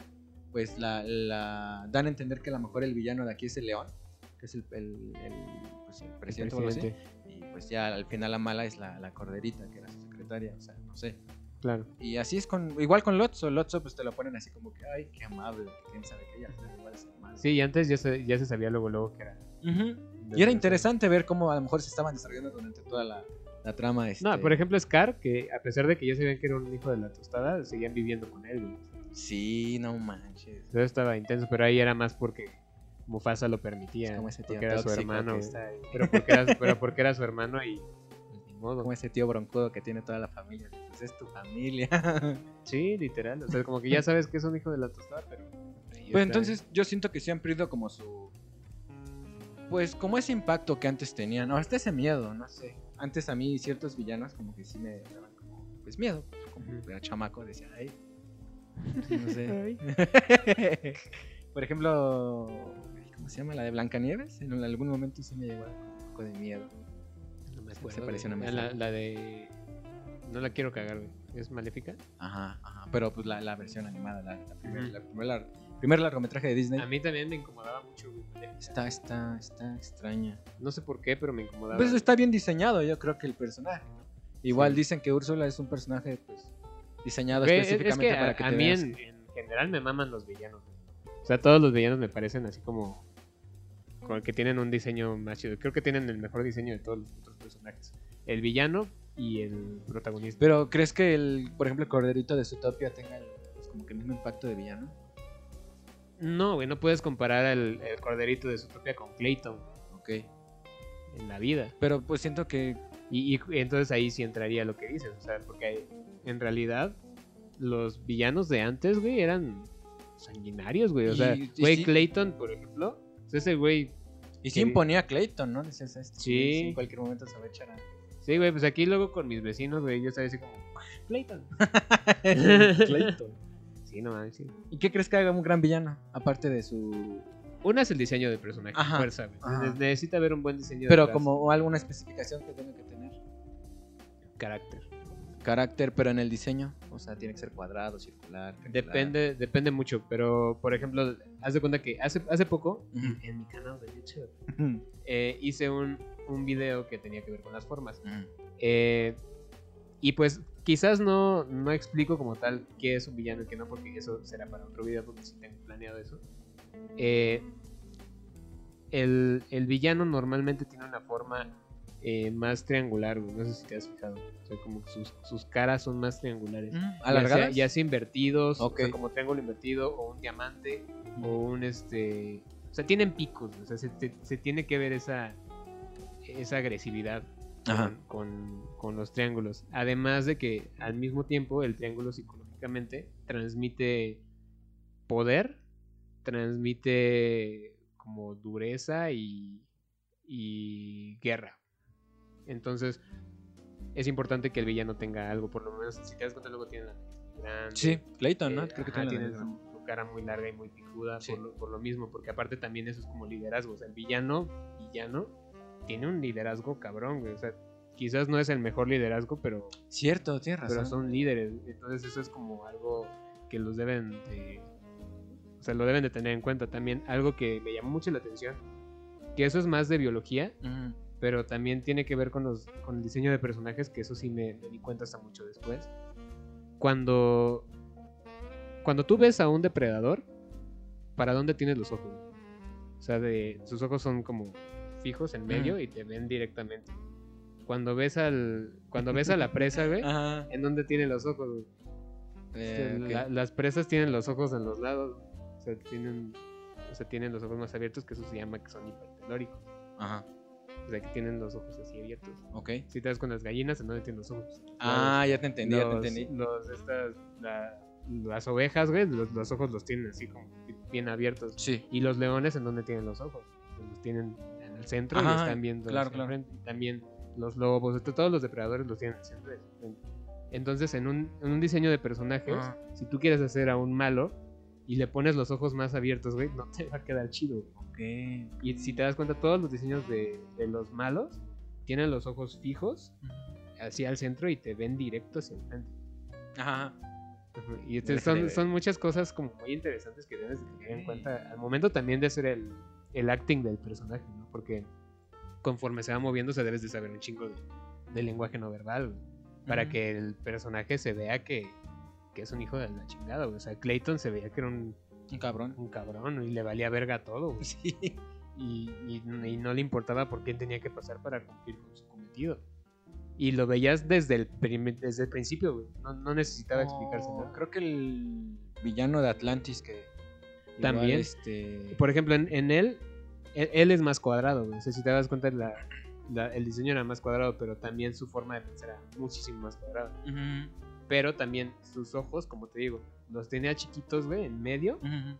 Speaker 2: pues la, la- dan a entender que a lo mejor el villano de aquí es el león, que es el, el- el, pues, el
Speaker 1: El
Speaker 2: presidente o algo así.
Speaker 1: presidente,
Speaker 2: Y pues ya al final la mala es la, la corderita, que era su secretaria, o sea, no sé.
Speaker 1: Claro.
Speaker 2: Y así es con, igual con Lotso, Lotso pues te lo ponen así como que, ay, qué amable, que quién sabe qué, ya igual es el malo.
Speaker 1: Sí, y antes ya se, ya se sabía luego, luego que era.
Speaker 2: Ujú. Y era interesante ver cómo a lo mejor se estaban desarrollando durante toda la, la trama. Este...
Speaker 1: No, por ejemplo, Scar, que a pesar de que ya sabían que era un hijo de la tostada, seguían viviendo con él, güey.
Speaker 2: Sí, no manches.
Speaker 1: Eso estaba intenso, pero ahí era más porque Mufasa lo permitía.
Speaker 2: Es como ese tío
Speaker 1: porque era su
Speaker 2: tóxico que
Speaker 1: hermano, güey.
Speaker 2: está ahí.
Speaker 1: Pero porque era, pero porque era su hermano y. pues, ni modo.
Speaker 2: Como ese tío broncudo que tiene toda la familia, pues es tu familia.
Speaker 1: Sí, literal. O sea, como que ya sabes que es un hijo de la tostada, pero. ahí está.
Speaker 2: Pues entonces yo siento que sí han perdido como su... Pues como ese impacto que antes tenían, o hasta ese miedo, no sé. Antes a mí ciertos villanos como que sí me daban como, pues miedo. Como
Speaker 1: Ujú.
Speaker 2: era chamaco, decía, ay. No
Speaker 1: eh,
Speaker 2: sé. <laughs> Por ejemplo, ¿cómo se llama? La de Blancanieves. En algún momento sí me llegó un poco de miedo.
Speaker 1: No me
Speaker 2: <laughs> Se
Speaker 1: acuerdo,
Speaker 2: parece
Speaker 1: güey.
Speaker 2: una
Speaker 1: Ah, la,
Speaker 2: manzana.
Speaker 1: la de. No la quiero cagar, güey. ¿Es maléfica?
Speaker 2: Ajá, ajá. Pero pues la, la versión animada, la, la primer,
Speaker 1: Ujú.
Speaker 2: la primer lar- primer largometraje de Disney.
Speaker 1: A mí también me incomodaba mucho, güey. Maléfica.
Speaker 2: Está, está, está extraña.
Speaker 1: No sé por qué, pero me incomodaba.
Speaker 2: Pues está bien diseñado, yo creo que el personaje. ¿no? Igual
Speaker 1: Sí.
Speaker 2: dicen que Úrsula es un personaje pues, diseñado
Speaker 1: Güey, es- es
Speaker 2: específicamente
Speaker 1: que
Speaker 2: para
Speaker 1: a,
Speaker 2: que
Speaker 1: a
Speaker 2: te
Speaker 1: mí
Speaker 2: veas.
Speaker 1: en, en general me maman los villanos. güey. O sea, todos los villanos me parecen así como. Como que tienen un diseño más chido. Creo que tienen el mejor diseño de todos los otros personajes. El villano y el protagonista.
Speaker 2: Pero ¿crees que el, por ejemplo, el corderito de Zootopia tenga el- pues, como que el mismo impacto de villano?
Speaker 1: No, güey, no puedes comparar el, el corderito de su propia con Clayton
Speaker 2: Ok.
Speaker 1: en la vida.
Speaker 2: Pero pues siento que
Speaker 1: Y, y entonces ahí sí entraría lo que dices, o sea, porque en realidad los villanos de antes, güey, eran sanguinarios, güey. O
Speaker 2: Y-
Speaker 1: sea,
Speaker 2: y
Speaker 1: güey,
Speaker 2: sí.
Speaker 1: Clayton, por ejemplo, o sea, ese güey,
Speaker 2: y sí
Speaker 1: Quería-
Speaker 2: imponía a Clayton, ¿no? Decías esto.
Speaker 1: Sí.
Speaker 2: En cualquier momento se va a echar a
Speaker 1: sí, güey, pues aquí luego con mis vecinos, güey, yo estaba así como, Clayton.
Speaker 2: <laughs> Clayton.
Speaker 1: Sí, Sí, no mames, sí.
Speaker 2: ¿Y qué crees que haga un gran villano? Aparte de su.
Speaker 1: Una es el diseño de personaje,
Speaker 2: Ajá,
Speaker 1: fuerza, güey.
Speaker 2: ajá.
Speaker 1: Ne- Necesita haber un buen diseño
Speaker 2: Pero
Speaker 1: detrás.
Speaker 2: como alguna especificación que tiene que tener.
Speaker 1: carácter.
Speaker 2: Carácter, pero en el diseño. O sea, tiene que ser cuadrado, circular. <laughs>
Speaker 1: Depende, depende mucho, pero por ejemplo, haz de cuenta que hace, hace poco
Speaker 2: Ujú.
Speaker 1: en mi canal de YouTube
Speaker 2: rectangular.
Speaker 1: eh, hice un, un video que tenía que ver con las formas.
Speaker 2: Ujú.
Speaker 1: Eh, y pues quizás no, no explico como tal qué es un villano y qué no, porque eso será para otro video, porque sí tengo planeado eso. Eh, el, el villano normalmente tiene una forma eh, más triangular, güey, no sé si te has fijado. O sea, como que sus, sus caras son más triangulares. Ya sea,
Speaker 2: Mm, ¿Alargadas?
Speaker 1: ya sea invertidos, o
Speaker 2: Ok. Mm.
Speaker 1: sea, como triángulo invertido, o un diamante, o un este. O sea, tienen picos, o sea, se, te- se tiene que ver esa, esa agresividad
Speaker 2: Ajá.
Speaker 1: con, con- con los triángulos. Además de que al mismo tiempo el triángulo psicológicamente transmite poder, transmite como dureza y, y guerra. Entonces es importante que el villano tenga algo, por lo menos si te das cuenta luego tiene la nariz muy grande.
Speaker 2: Sí,
Speaker 1: eh,
Speaker 2: Clayton, ¿no? Creo que
Speaker 1: ajá,
Speaker 2: tiene la
Speaker 1: tiene
Speaker 2: nariz grande.
Speaker 1: su, su cara muy larga y muy picuda
Speaker 2: Sí.
Speaker 1: por, lo, por lo mismo, porque aparte también eso es como liderazgo. O sea, el villano, villano, tiene un liderazgo cabrón, güey. O sea, quizás no es el mejor liderazgo, pero,
Speaker 2: Cierto, tienes razón.
Speaker 1: pero son líderes. Entonces eso es como algo que los deben de... O sea, lo deben de tener en cuenta también. Algo que me llamó mucho la atención, que eso es más de biología,
Speaker 2: Ujú.
Speaker 1: pero también tiene que ver con, los, con el diseño de personajes, que eso sí me, me di cuenta hasta mucho después. Cuando, cuando tú ves a un depredador, ¿para dónde tienes los ojos? O sea, de, sus ojos son como fijos en medio
Speaker 2: Ujú.
Speaker 1: y te ven directamente. Cuando ves al cuando ves a la presa,
Speaker 2: <laughs>
Speaker 1: güey,
Speaker 2: Ajá.
Speaker 1: ¿en dónde tienen los ojos? güey?
Speaker 2: Ah. Eh, ok.
Speaker 1: Este, La- las presas tienen los ojos en los lados, o sea, tienen, o sea, tienen los ojos más abiertos, que eso se llama que son hipertelóricos,
Speaker 2: Ajá.
Speaker 1: o sea, que tienen los ojos así abiertos.
Speaker 2: Ok.
Speaker 1: Si te das con las gallinas, ¿en dónde tienen los ojos?
Speaker 2: Ah, ya te entendí, ya te
Speaker 1: Los-
Speaker 2: entendí.
Speaker 1: los- estas, la- las ovejas, güey, los, los ojos los tienen así como bien abiertos.
Speaker 2: Sí.
Speaker 1: Y los leones, ¿en dónde tienen los ojos? Pues los tienen en el centro y
Speaker 2: Ajá,
Speaker 1: están viendo
Speaker 2: claro,
Speaker 1: hacia
Speaker 2: claro.
Speaker 1: enfrente. Y también los lobos, esto- todos los depredadores los tienen en el centro. y hacia enfrente. Entonces, en un, en un diseño de personajes,
Speaker 2: Ajá.
Speaker 1: si tú quieres hacer a un malo y le pones los ojos más abiertos, güey, no te va a quedar chido, güey.
Speaker 2: Ok.
Speaker 1: Y si te das cuenta, todos los diseños de, de los malos tienen los ojos fijos hacia el centro y te ven directo hacia enfrente.
Speaker 2: Ajá.
Speaker 1: Ujú, Y este,
Speaker 2: Deja de
Speaker 1: son,
Speaker 2: ver.
Speaker 1: son muchas cosas como muy interesantes que debes de tener en cuenta al momento también de hacer el, el acting del personaje, ¿no? Porque conforme se va moviendo se debes de saber un chingo de, de lenguaje no verbal, güey, para
Speaker 2: Ujú.
Speaker 1: que el personaje se vea que, que es un hijo de la chingada, güey. O sea, Clayton se veía que era un,
Speaker 2: Un
Speaker 1: <laughs>
Speaker 2: cabrón. <laughs>
Speaker 1: un cabrón y le valía verga todo, güey.
Speaker 2: Sí.
Speaker 1: y, y- y no le importaba por qué tenía que pasar para cumplir con su cometido. Y lo veías desde el, prim- desde el principio, güey. No, no necesitaba explicarse
Speaker 2: Oh,
Speaker 1: nada.
Speaker 2: Creo que el villano de Atlantis que. igual,
Speaker 1: También.
Speaker 2: este.
Speaker 1: Por ejemplo, en, en él, él, él es más cuadrado, güey. O sea, si te das cuenta, la- la- el diseño era más cuadrado, pero también su forma de pensar era muchísimo más cuadrada.
Speaker 2: Ujú,
Speaker 1: Pero también sus ojos, como te digo, los tenía chiquitos, güey, en medio
Speaker 2: ujú.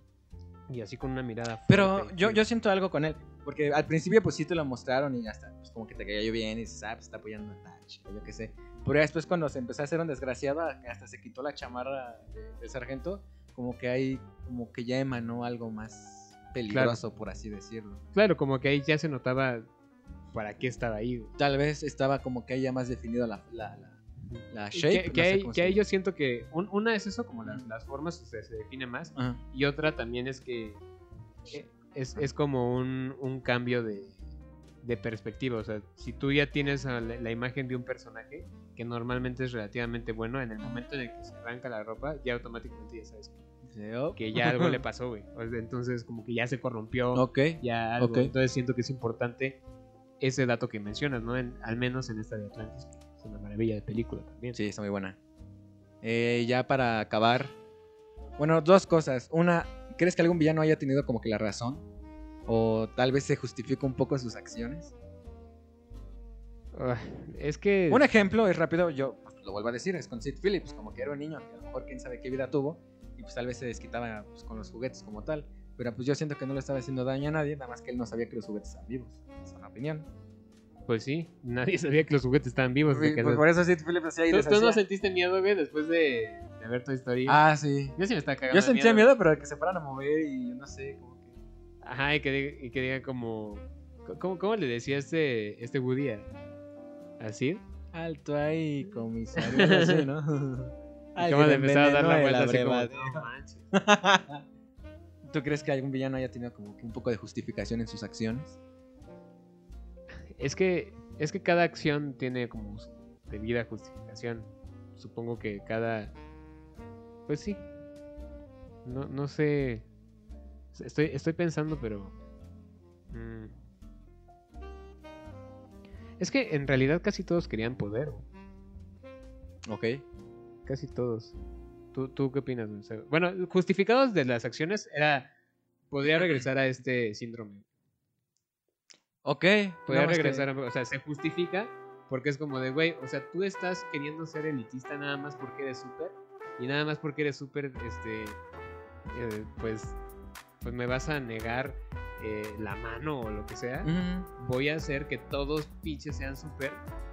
Speaker 1: y así con una mirada.
Speaker 2: Pero
Speaker 1: fuerte y
Speaker 2: yo,
Speaker 1: firme.
Speaker 2: yo siento algo con él. Porque al principio, pues sí te lo mostraron y hasta, pues como que te cayó bien y dices, ah, pues está apoyando a Touch, yo qué sé. Pero ya después, cuando se empezó a hacer un desgraciado, que hasta se quitó la chamarra de- del sargento, como que hay, como que ya emanó algo más peligroso, por así decirlo.
Speaker 1: Claro, como que ahí ya se notaba para qué estaba ahí, güey.
Speaker 2: Tal vez estaba como que haya más definido la, la, la, la
Speaker 1: Y
Speaker 2: shape.
Speaker 1: que,
Speaker 2: no
Speaker 1: que
Speaker 2: sé
Speaker 1: ahí-
Speaker 2: cómo
Speaker 1: que
Speaker 2: se
Speaker 1: ahí
Speaker 2: diga.
Speaker 1: yo siento que un- una es eso, como las,
Speaker 2: Ujú.
Speaker 1: las formas o sea, se define más,
Speaker 2: Ajá.
Speaker 1: y otra también es que eh, es, es como un, un cambio de, de perspectiva, o sea, si tú ya tienes a la, la imagen de un personaje que normalmente es relativamente bueno, en el momento en el que se arranca la ropa, ya automáticamente ya sabes que,
Speaker 2: Sí, oh.
Speaker 1: que ya
Speaker 2: <laughs>
Speaker 1: algo le pasó, güey. O sea, entonces como que ya se corrompió,
Speaker 2: Ok.
Speaker 1: ya algo.
Speaker 2: ok.
Speaker 1: Entonces siento que es importante ese dato que mencionas, ¿no? En- al menos en esta de Atlantis, que es una maravilla de película también.
Speaker 2: Sí, está muy buena. Eh, ya para acabar. Bueno, dos cosas. Una, ¿crees que algún villano haya tenido como que la razón? O tal vez se justifica un poco sus acciones.
Speaker 1: Ah, es que...
Speaker 2: Un ejemplo es rápido, yo pues, lo vuelvo a decir, es con Sid Phillips, como que era un niño, que a lo mejor quién sabe qué vida tuvo, y pues tal vez se desquitaba pues, con los juguetes como tal. Pero pues yo siento que no le estaba haciendo daño a nadie, nada más que él no sabía que los juguetes estaban vivos. Esa es mi opinión.
Speaker 1: Pues sí, nadie sabía que los juguetes estaban vivos. hasta
Speaker 2: Sí,
Speaker 1: que
Speaker 2: pues,
Speaker 1: los-
Speaker 2: por eso Sid Phillips hacía y
Speaker 1: ¿Tú, tú no
Speaker 2: deshacía.
Speaker 1: sentiste miedo, güey, después de, de de ver Toy Story.
Speaker 2: Ah, sí.
Speaker 1: Yo sí me estaba cagando.
Speaker 2: Yo
Speaker 1: de
Speaker 2: sentía miedo, pero que se fueran a mover y yo no sé, como que.
Speaker 1: Ajá, y que, diga- y que diga como. ¿Cómo, cómo le decía este, este Woody a, a Sid?
Speaker 2: Alto ahí, comisario. algo
Speaker 1: <laughs>
Speaker 2: así, ¿no?
Speaker 1: Y
Speaker 2: Alguien
Speaker 1: cómo le empezaba a dar la vuelta
Speaker 2: envenenó el
Speaker 1: así como.
Speaker 2: abrevadero.
Speaker 1: "No manches".
Speaker 2: <laughs> ¿Tú crees que algún villano haya tenido como que un poco de justificación en sus acciones?
Speaker 1: Es que, es que cada acción tiene como su debida justificación. Supongo que cada. Pues sí. No, no sé. Estoy, estoy pensando, pero. mm. Es que en realidad casi todos querían poder. güey.
Speaker 2: Ok.
Speaker 1: Casi todos. ¿Tú, tú qué opinas? güey? O sea, Bueno, justificados de las acciones era. Podría regresar a este síndrome.
Speaker 2: Ok.
Speaker 1: Podría
Speaker 2: nada más que-
Speaker 1: regresar, a- o sea, se justifica porque es como de, güey, o sea, tú estás queriendo ser elitista nada más porque eres súper y nada más porque eres súper, este, eh, pues, pues me vas a negar eh, la mano o lo que sea.
Speaker 2: Ujú.
Speaker 1: Voy a hacer que todos pinches sean súper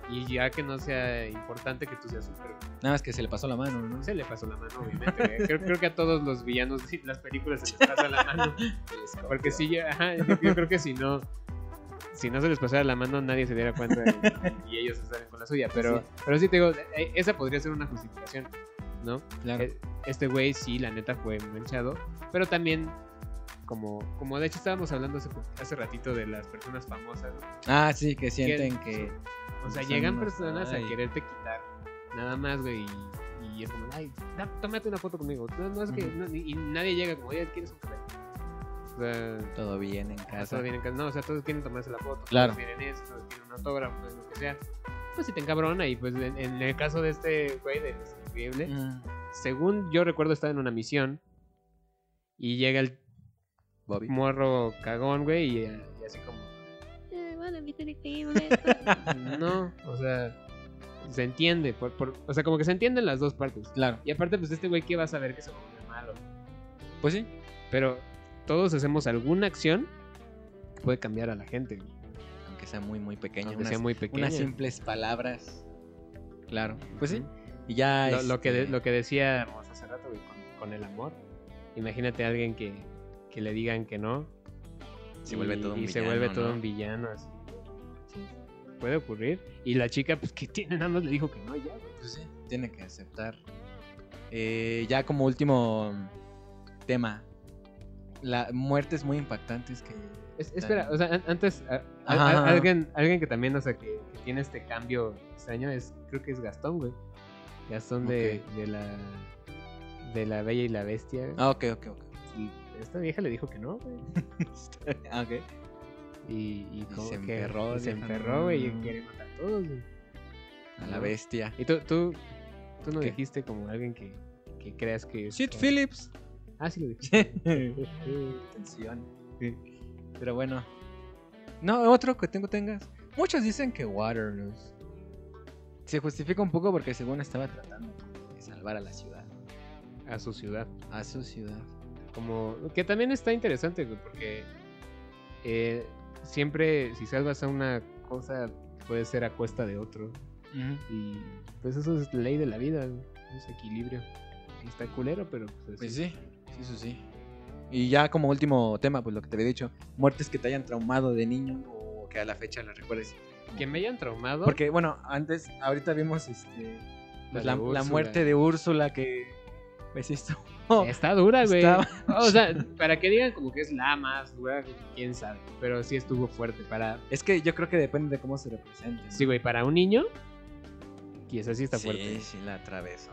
Speaker 1: y ya que no sea importante que tú seas súper.
Speaker 2: Nada más que se le pasó la mano, ¿no?
Speaker 1: Se le pasó la mano, obviamente. güey. Creo, creo que a todos los villanos <laughs> de las películas se les pasa la mano. Porque sí, yo, ajá, yo- yo creo que si no, si no se les pasara la mano, nadie se diera cuenta y- y ellos se salen con la suya. Pero
Speaker 2: Sí.
Speaker 1: sí, pero sí te digo, eh, esa podría ser una justificación, ¿no?
Speaker 2: Claro.
Speaker 1: Eh, Este güey sí, la neta fue manchado, pero también, como, como de hecho estábamos hablando hace, hace ratito de las personas famosas, ¿no?
Speaker 2: Ah, sí, que sienten
Speaker 1: que-
Speaker 2: que.
Speaker 1: O sea,
Speaker 2: Son
Speaker 1: llegan
Speaker 2: unos-
Speaker 1: personas
Speaker 2: ay.
Speaker 1: a quererte quitar nada más, güey. Y, y es como, ay, da- tómate una foto conmigo. No, no es que,
Speaker 2: Ujú.
Speaker 1: no, ni- y nadie llega como, oye, ¿quieres un café? O sea,
Speaker 2: Todo bien en
Speaker 1: no,
Speaker 2: casa.
Speaker 1: todo bien en casa. No, o sea, todos quieren tomarse la foto.
Speaker 2: Claro.
Speaker 1: Todos quieren eso, todos quieren un autógrafo, pues, lo que sea. Pues si te encabrona. Y pues en, en el caso de este güey, de los Increíbles,
Speaker 2: Mm.
Speaker 1: según yo recuerdo, estaba en una misión. Y llega el
Speaker 2: Bobby.
Speaker 1: morro cagón, güey, y, y así
Speaker 2: <laughs>
Speaker 1: como,
Speaker 3: Eh, bueno, mi ser increíble.
Speaker 1: no, o sea, se entiende, por- por- o sea, como que se entienden las dos partes.
Speaker 2: Claro.
Speaker 1: Y aparte, pues este güey que va a saber que se volvió malo.
Speaker 2: Pues sí.
Speaker 1: Pero todos hacemos alguna acción que puede cambiar a la gente, güey,
Speaker 2: Aunque sea muy, muy pequeña.
Speaker 1: aunque
Speaker 2: unas-
Speaker 1: sea muy pequeña.
Speaker 2: Unas simples palabras. Claro. Pues sí.
Speaker 1: Ujú.
Speaker 2: Y ya.
Speaker 1: Lo, lo que de-
Speaker 2: este,
Speaker 1: lo que decíamos hace rato, güey, con, con el amor. Imagínate a alguien que, que le digan que no.
Speaker 2: Se
Speaker 1: y-
Speaker 2: vuelve todo un
Speaker 1: Y se
Speaker 2: villano,
Speaker 1: vuelve todo
Speaker 2: ¿no?
Speaker 1: un villano, así. Puede ocurrir. Y la chica, pues que tiene, nada más le dijo que no, ya, güey.
Speaker 2: Pues sí, tiene que aceptar. Eh, ya como último tema. Las muertes muy impactantes que.
Speaker 1: Es-
Speaker 2: están-
Speaker 1: espera, o sea, an- antes, a- a-
Speaker 2: Ajá,
Speaker 1: a-
Speaker 2: ajá.
Speaker 1: alguien, alguien que también, o sea, que, que tiene este cambio extraño, es, creo que es Gastón, güey. Gastón de, de la de la Bella y la Bestia. güey.
Speaker 2: Ah, ok, ok, <laughs> ok.
Speaker 1: Y esta vieja le dijo que no, güey.
Speaker 2: Ah, ok.
Speaker 1: Y, y
Speaker 2: Y
Speaker 1: como
Speaker 2: se
Speaker 1: que-
Speaker 2: emperró,
Speaker 1: y se
Speaker 2: vieja,
Speaker 1: emperró, güey, y
Speaker 2: no.
Speaker 1: quiere matar a todos, güey.
Speaker 2: A la
Speaker 1: ¿No?
Speaker 2: bestia.
Speaker 1: Y tú, tú, tú no
Speaker 2: ¿Qué?
Speaker 1: dijiste como alguien que, que creas que... es-
Speaker 2: Sid <laughs> Phillips.
Speaker 1: Ah, sí lo dijiste.
Speaker 2: <laughs> Atención. Pero bueno. No, otro que tengo tengas. Muchos dicen que Waterloo. Se justifica un poco porque según estaba tratando de salvar a la ciudad.
Speaker 1: A su ciudad.
Speaker 2: A su ciudad.
Speaker 1: como que también está interesante güey, porque eh, siempre si salvas a una cosa puede ser a cuesta de otro y pues eso es ley de la vida güey, es equilibrio está culero pero pues,
Speaker 2: Pues
Speaker 1: así.
Speaker 2: sí, sí, eso sí. Y ya como último tema, pues lo que te había dicho, muertes que te hayan traumado de niño o que a la fecha las recuerdes.
Speaker 1: que me hayan traumado
Speaker 2: Porque bueno, antes, ahorita vimos este, pues,
Speaker 1: de
Speaker 2: la, la
Speaker 1: Úrsula.
Speaker 2: muerte de Úrsula que pues esto
Speaker 1: está dura güey
Speaker 2: estaba-
Speaker 1: <laughs> o sea para que digan como que es la más dura quién sabe pero sí estuvo fuerte para
Speaker 2: Es que yo creo que depende de cómo se represente. ¿no?
Speaker 1: sí güey para un niño quizás sí está
Speaker 2: Sí,
Speaker 1: fuerte
Speaker 2: sí, la atravesó.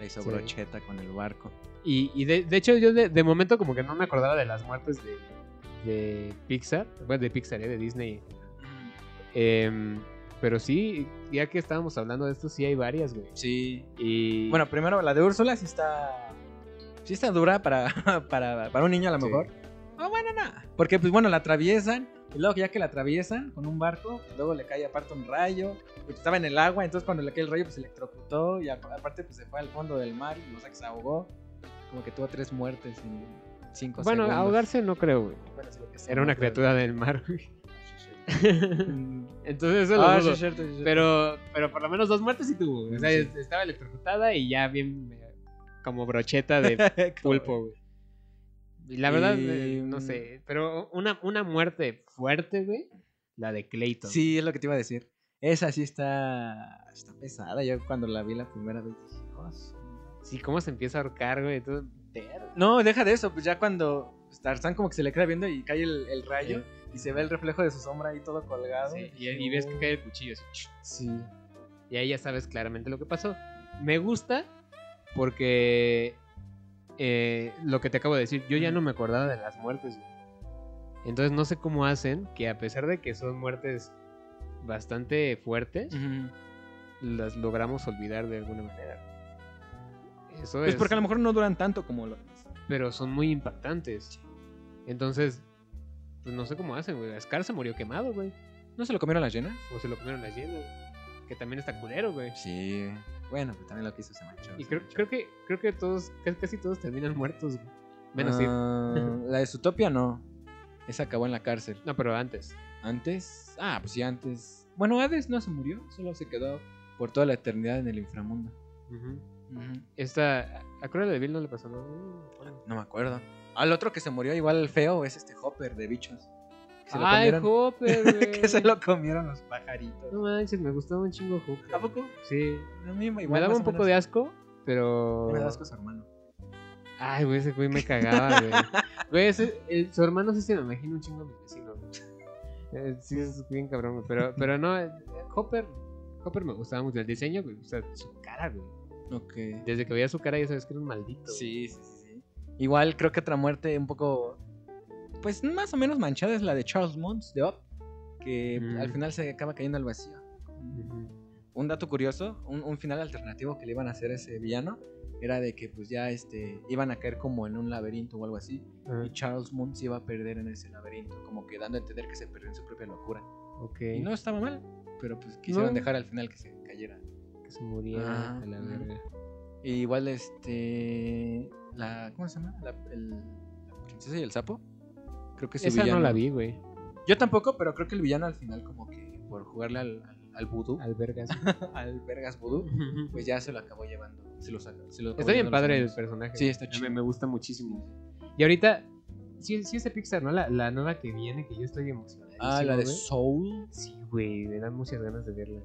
Speaker 2: La hizo
Speaker 1: Sí.
Speaker 2: brocheta con el barco.
Speaker 1: Y, y de, de hecho, yo de, de momento como que no me acordaba de las muertes de, de Pixar. Bueno, de Pixar, ¿eh? de Disney. Em, pero sí, ya que estábamos hablando de esto, sí hay varias, güey.
Speaker 2: Sí.
Speaker 1: Y...
Speaker 2: Bueno, primero la de Úrsula sí está. Sí está dura para, <laughs> para, para un niño a lo
Speaker 1: Sí.
Speaker 2: mejor. Ah, bueno, nada. Porque, pues bueno, la atraviesan. Y luego, ya que la atraviesan con un barco, luego le cae aparte un rayo. porque estaba en el agua, entonces cuando le cae el rayo, pues se electrocutó. Y a- aparte, pues se fue al fondo del mar y o sea que se ahogó. Como que tuvo tres muertes en cinco
Speaker 1: Bueno,
Speaker 2: pues, segundos.
Speaker 1: ahogarse no creo, güey.
Speaker 2: Bueno, sí, lo que sea,
Speaker 1: Era una
Speaker 2: ¿no? Pero- <laughs>
Speaker 1: criatura del mar, güey.
Speaker 2: Mm.
Speaker 1: Entonces eso lo
Speaker 2: Ah, sí,
Speaker 1: dudo.
Speaker 2: es <laughs> cierto, sí, es cierto.
Speaker 1: pero, pero por lo menos dos muertes sí tuvo. güey. O sea,
Speaker 2: Sí.
Speaker 1: estaba electrocutada y ya bien... eh, como brocheta
Speaker 2: <laughs>
Speaker 1: de pulpo, güey. Y la verdad, eh,
Speaker 2: Y-
Speaker 1: no sé. Pero una, una muerte fuerte, güey. La de Clayton.
Speaker 2: Sí, es lo que te iba a decir. Esa sí está, está pesada. Yo cuando la vi la primera vez dije, "Oh, su
Speaker 1: Sí, cómo se empieza a ahorcar, güey. Todo-
Speaker 2: madre". No, deja de eso. Pues ya cuando pues, Tarzán como que se le queda viendo y cae el, el rayo y se ve el reflejo de su sombra ahí todo colgado. "Oh".
Speaker 1: Sí, y, y ves que cae el cuchillo así.
Speaker 2: Sí.
Speaker 1: Y ahí ya sabes claramente lo que pasó. Me gusta porque eh, lo que te acabo de decir, yo ya no me acordaba de las muertes. güey. Entonces no sé cómo hacen que a pesar de que son muertes bastante fuertes,
Speaker 2: Pues
Speaker 1: las logramos olvidar de alguna manera. Eso
Speaker 2: Pues
Speaker 1: es,
Speaker 2: porque a lo mejor no duran tanto como lo
Speaker 1: pero son muy impactantes. Entonces, pues no sé cómo hacen, güey. Scar se murió quemado, güey.
Speaker 2: ¿No se lo comieron las llenas?
Speaker 1: O se lo comieron las hienas. Que también está culero, güey.
Speaker 2: Sí. Bueno, pues también lo que hizo se manchó.
Speaker 1: Y
Speaker 2: se
Speaker 1: creo,
Speaker 2: manchó.
Speaker 1: creo que creo que todos, ca- casi todos terminan muertos, güey. Menos Sid.
Speaker 2: Ah, La de Zootopia no. Esa acabó en la cárcel.
Speaker 1: No, pero antes.
Speaker 2: Antes. Ah, pues sí, antes. Bueno, Hades no se murió, solo se quedó por toda la eternidad en el inframundo.
Speaker 1: Esta. A Cruella de Vil no le pasó nada. güey.
Speaker 2: No me acuerdo. Al otro que se murió, igual el feo, es este Hopper de bichos. Que se lo
Speaker 1: Ay,
Speaker 2: comieron.
Speaker 1: Hopper, güey.
Speaker 2: <laughs> que se lo comieron los pajaritos.
Speaker 1: No manches, me gustaba un chingo Hopper.
Speaker 2: ¿A poco?
Speaker 1: Sí.
Speaker 2: No, a mí igual
Speaker 1: me daba
Speaker 2: más
Speaker 1: un
Speaker 2: o
Speaker 1: poco
Speaker 2: menos.
Speaker 1: de asco, pero.
Speaker 2: Me da asco su hermano.
Speaker 1: Ay, güey, ese güey me cagaba,
Speaker 2: <laughs>
Speaker 1: güey. Güey, ese- el- su hermano sí se me imagina un chingo a mi vecino, güey. Eh, Sí, es bien cabrón, güey. Pero, pero no, eh, Hopper. Hopper me gustaba mucho. El diseño, güey. O sea, su cara, güey.
Speaker 2: Ok.
Speaker 1: Desde que veía su cara ya sabes que era un maldito. güey.
Speaker 2: Sí, sí, sí, sí. Igual creo que otra muerte un poco. Pues más o menos manchada es la de Charles Mons de Up. Que
Speaker 1: Mm.
Speaker 2: al final se acaba cayendo al vacío.
Speaker 1: Ujú.
Speaker 2: un dato curioso, un, un final alternativo que le iban a hacer a ese villano era de que pues ya este iban a caer como en un laberinto o algo así
Speaker 1: Ah,
Speaker 2: y Charles Moon se iba a perder en ese laberinto, como que dando a entender que se perdió en su propia locura.
Speaker 1: ok.
Speaker 2: Y no estaba mal, pero pues quisieron
Speaker 1: No.
Speaker 2: dejar al final que se cayera.
Speaker 1: Que se muriera
Speaker 2: Ah,
Speaker 1: a la
Speaker 2: ujú.
Speaker 1: verga.
Speaker 2: E igual este la ¿cómo se llama? La, el- la princesa y el sapo. Creo que su
Speaker 1: Esa no
Speaker 2: villano-
Speaker 1: la vi, güey.
Speaker 2: Yo tampoco, pero creo que el villano al final como que por jugarle al al, al vudú, al,
Speaker 1: Al <laughs> vergas.
Speaker 2: vergas vudú, pues ya se lo acabó llevando. Se lo saca- se lo acabó
Speaker 1: está bien
Speaker 2: llevando a los
Speaker 1: padre el
Speaker 2: amigos.
Speaker 1: personaje.
Speaker 2: Sí, está
Speaker 1: Me-
Speaker 2: chido.
Speaker 1: Me, gusta muchísimo. Y ahorita, sí, sí es de Pixar, ¿no? La, la nueva que viene, que yo estoy emocionado.
Speaker 2: Ah, la de Soul.
Speaker 1: Sí, güey, me dan muchas ganas de verla.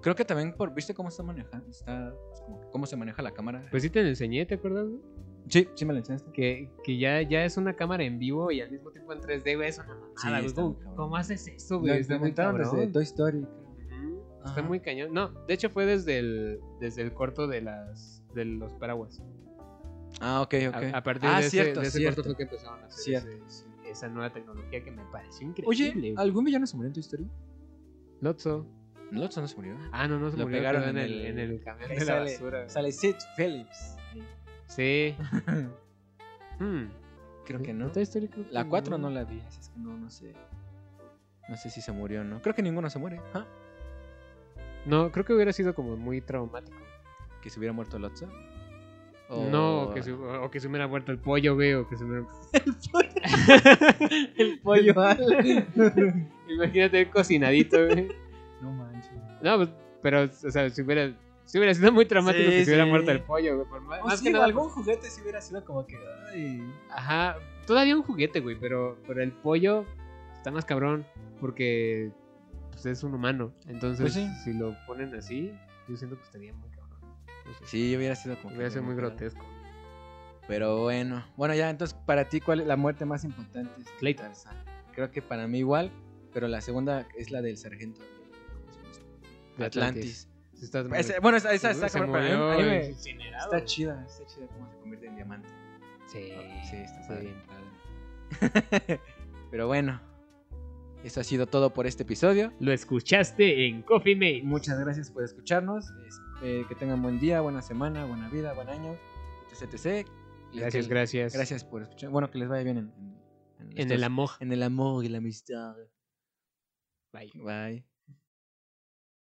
Speaker 2: Creo que también por, ¿viste cómo está manejando? Está pues, como que cómo se maneja la cámara.
Speaker 1: Pues sí te la enseñé, ¿te acuerdas? güey?
Speaker 2: sí, sí me la enseñaste.
Speaker 1: Que, que ya, ya es una cámara en vivo y al mismo tiempo en 3D, güey, es una
Speaker 2: Sí,
Speaker 1: mamada, güey.
Speaker 2: está muy
Speaker 1: ¿Cómo-
Speaker 2: cabrón.
Speaker 1: ¿Cómo haces eso,
Speaker 2: Lo
Speaker 1: güey? Está muy
Speaker 2: implementaron
Speaker 1: cabrón.
Speaker 2: desde Toy Story. creo. Ah.
Speaker 1: Ujú, Está
Speaker 2: Ajá.
Speaker 1: muy cañón. No, de hecho fue desde el, desde el corto de las de los paraguas.
Speaker 2: Ah, ok,
Speaker 1: A-
Speaker 2: ok.
Speaker 1: A, partir
Speaker 2: Ah,
Speaker 1: de, ese-
Speaker 2: cierto,
Speaker 1: de ese,
Speaker 2: cierto.
Speaker 1: corto fue que empezaron a hacer
Speaker 2: Cierto,
Speaker 1: ese- esa nueva tecnología que me pareció increíble.
Speaker 2: Oye, ¿algún villano se murió en Toy Story?
Speaker 1: Lotso.
Speaker 2: Lotso no se murió.
Speaker 1: Ah, no, no se
Speaker 2: Lo
Speaker 1: murió,
Speaker 2: pegaron
Speaker 1: quedó en
Speaker 2: en
Speaker 1: el,
Speaker 2: el-
Speaker 1: en el camión
Speaker 2: Ahí
Speaker 1: de la
Speaker 2: sale-
Speaker 1: basura.
Speaker 2: Sale Sid
Speaker 1: <laughs>
Speaker 2: Phillips. <laughs>
Speaker 1: Sí. Hmm.
Speaker 2: creo que no.
Speaker 1: Toy Story creo que
Speaker 2: La 4 no la vi, así es que no, no sé. No sé si se murió o no. Creo que ninguno se muere. Ah,
Speaker 1: No, creo que hubiera sido como muy traumático.
Speaker 2: ¿Que se hubiera muerto Lotso?
Speaker 1: No, o
Speaker 2: O-
Speaker 1: que, se, o que se hubiera muerto el pollo, güey, o que se
Speaker 2: <laughs>
Speaker 1: hubiera... <laughs>
Speaker 2: El pollo Ale. <laughs>
Speaker 1: Imagínate el cocinadito, güey.
Speaker 2: No manches.
Speaker 1: No, pues, pero, o sea, si hubiera, si hubiera sido muy traumático
Speaker 2: Sí,
Speaker 1: que se hubiera
Speaker 2: sí.
Speaker 1: muerto el pollo, güey. por más,
Speaker 2: O
Speaker 1: más
Speaker 2: sí,
Speaker 1: que
Speaker 2: o
Speaker 1: nada,
Speaker 2: algún juguete si hubiera sido como que. Ay.
Speaker 1: Ajá, todavía un juguete, güey, pero, pero el pollo está más cabrón porque pues, es un humano. Entonces,
Speaker 2: Pues sí.
Speaker 1: si lo ponen así, yo siento que estaría muy cabrón. No sé,
Speaker 2: Sí, hubiera sido como.
Speaker 1: Hubiera
Speaker 2: que
Speaker 1: sido muy
Speaker 2: brutal.
Speaker 1: grotesco.
Speaker 2: Pero bueno. Bueno, ya, entonces, para ti, ¿cuál es la muerte más importante? Es
Speaker 1: Clayton.
Speaker 2: Tarzán. Creo que para mí igual, pero la segunda es la del sargento.
Speaker 1: De
Speaker 2: Atlantis.
Speaker 1: Si estás mal-
Speaker 2: Ese- bueno, esa, esa
Speaker 1: se-
Speaker 2: está
Speaker 1: se
Speaker 2: cabrón, para mí-
Speaker 1: murió
Speaker 2: a mí me-
Speaker 1: y- incinerado.
Speaker 2: Está chida, está chida cómo se convierte en diamante.
Speaker 1: Ah, Sí,
Speaker 2: Sí, está
Speaker 1: está
Speaker 2: padre.
Speaker 1: bien padre.
Speaker 2: <laughs> Pero bueno, eso ha sido todo por este episodio.
Speaker 1: Lo escuchaste en Coffee Mate.
Speaker 2: Muchas gracias por escucharnos. Es- eh, que tengan buen día, buena semana, buena vida, buen año, etc. etc. Les-
Speaker 1: Gracias,
Speaker 2: que-
Speaker 1: gracias.
Speaker 2: Gracias por escuchar. Bueno, que les vaya bien en, en- en
Speaker 1: En el
Speaker 2: estos-
Speaker 1: amor.
Speaker 2: en el amor y la amistad.
Speaker 1: Bye.
Speaker 2: Bye.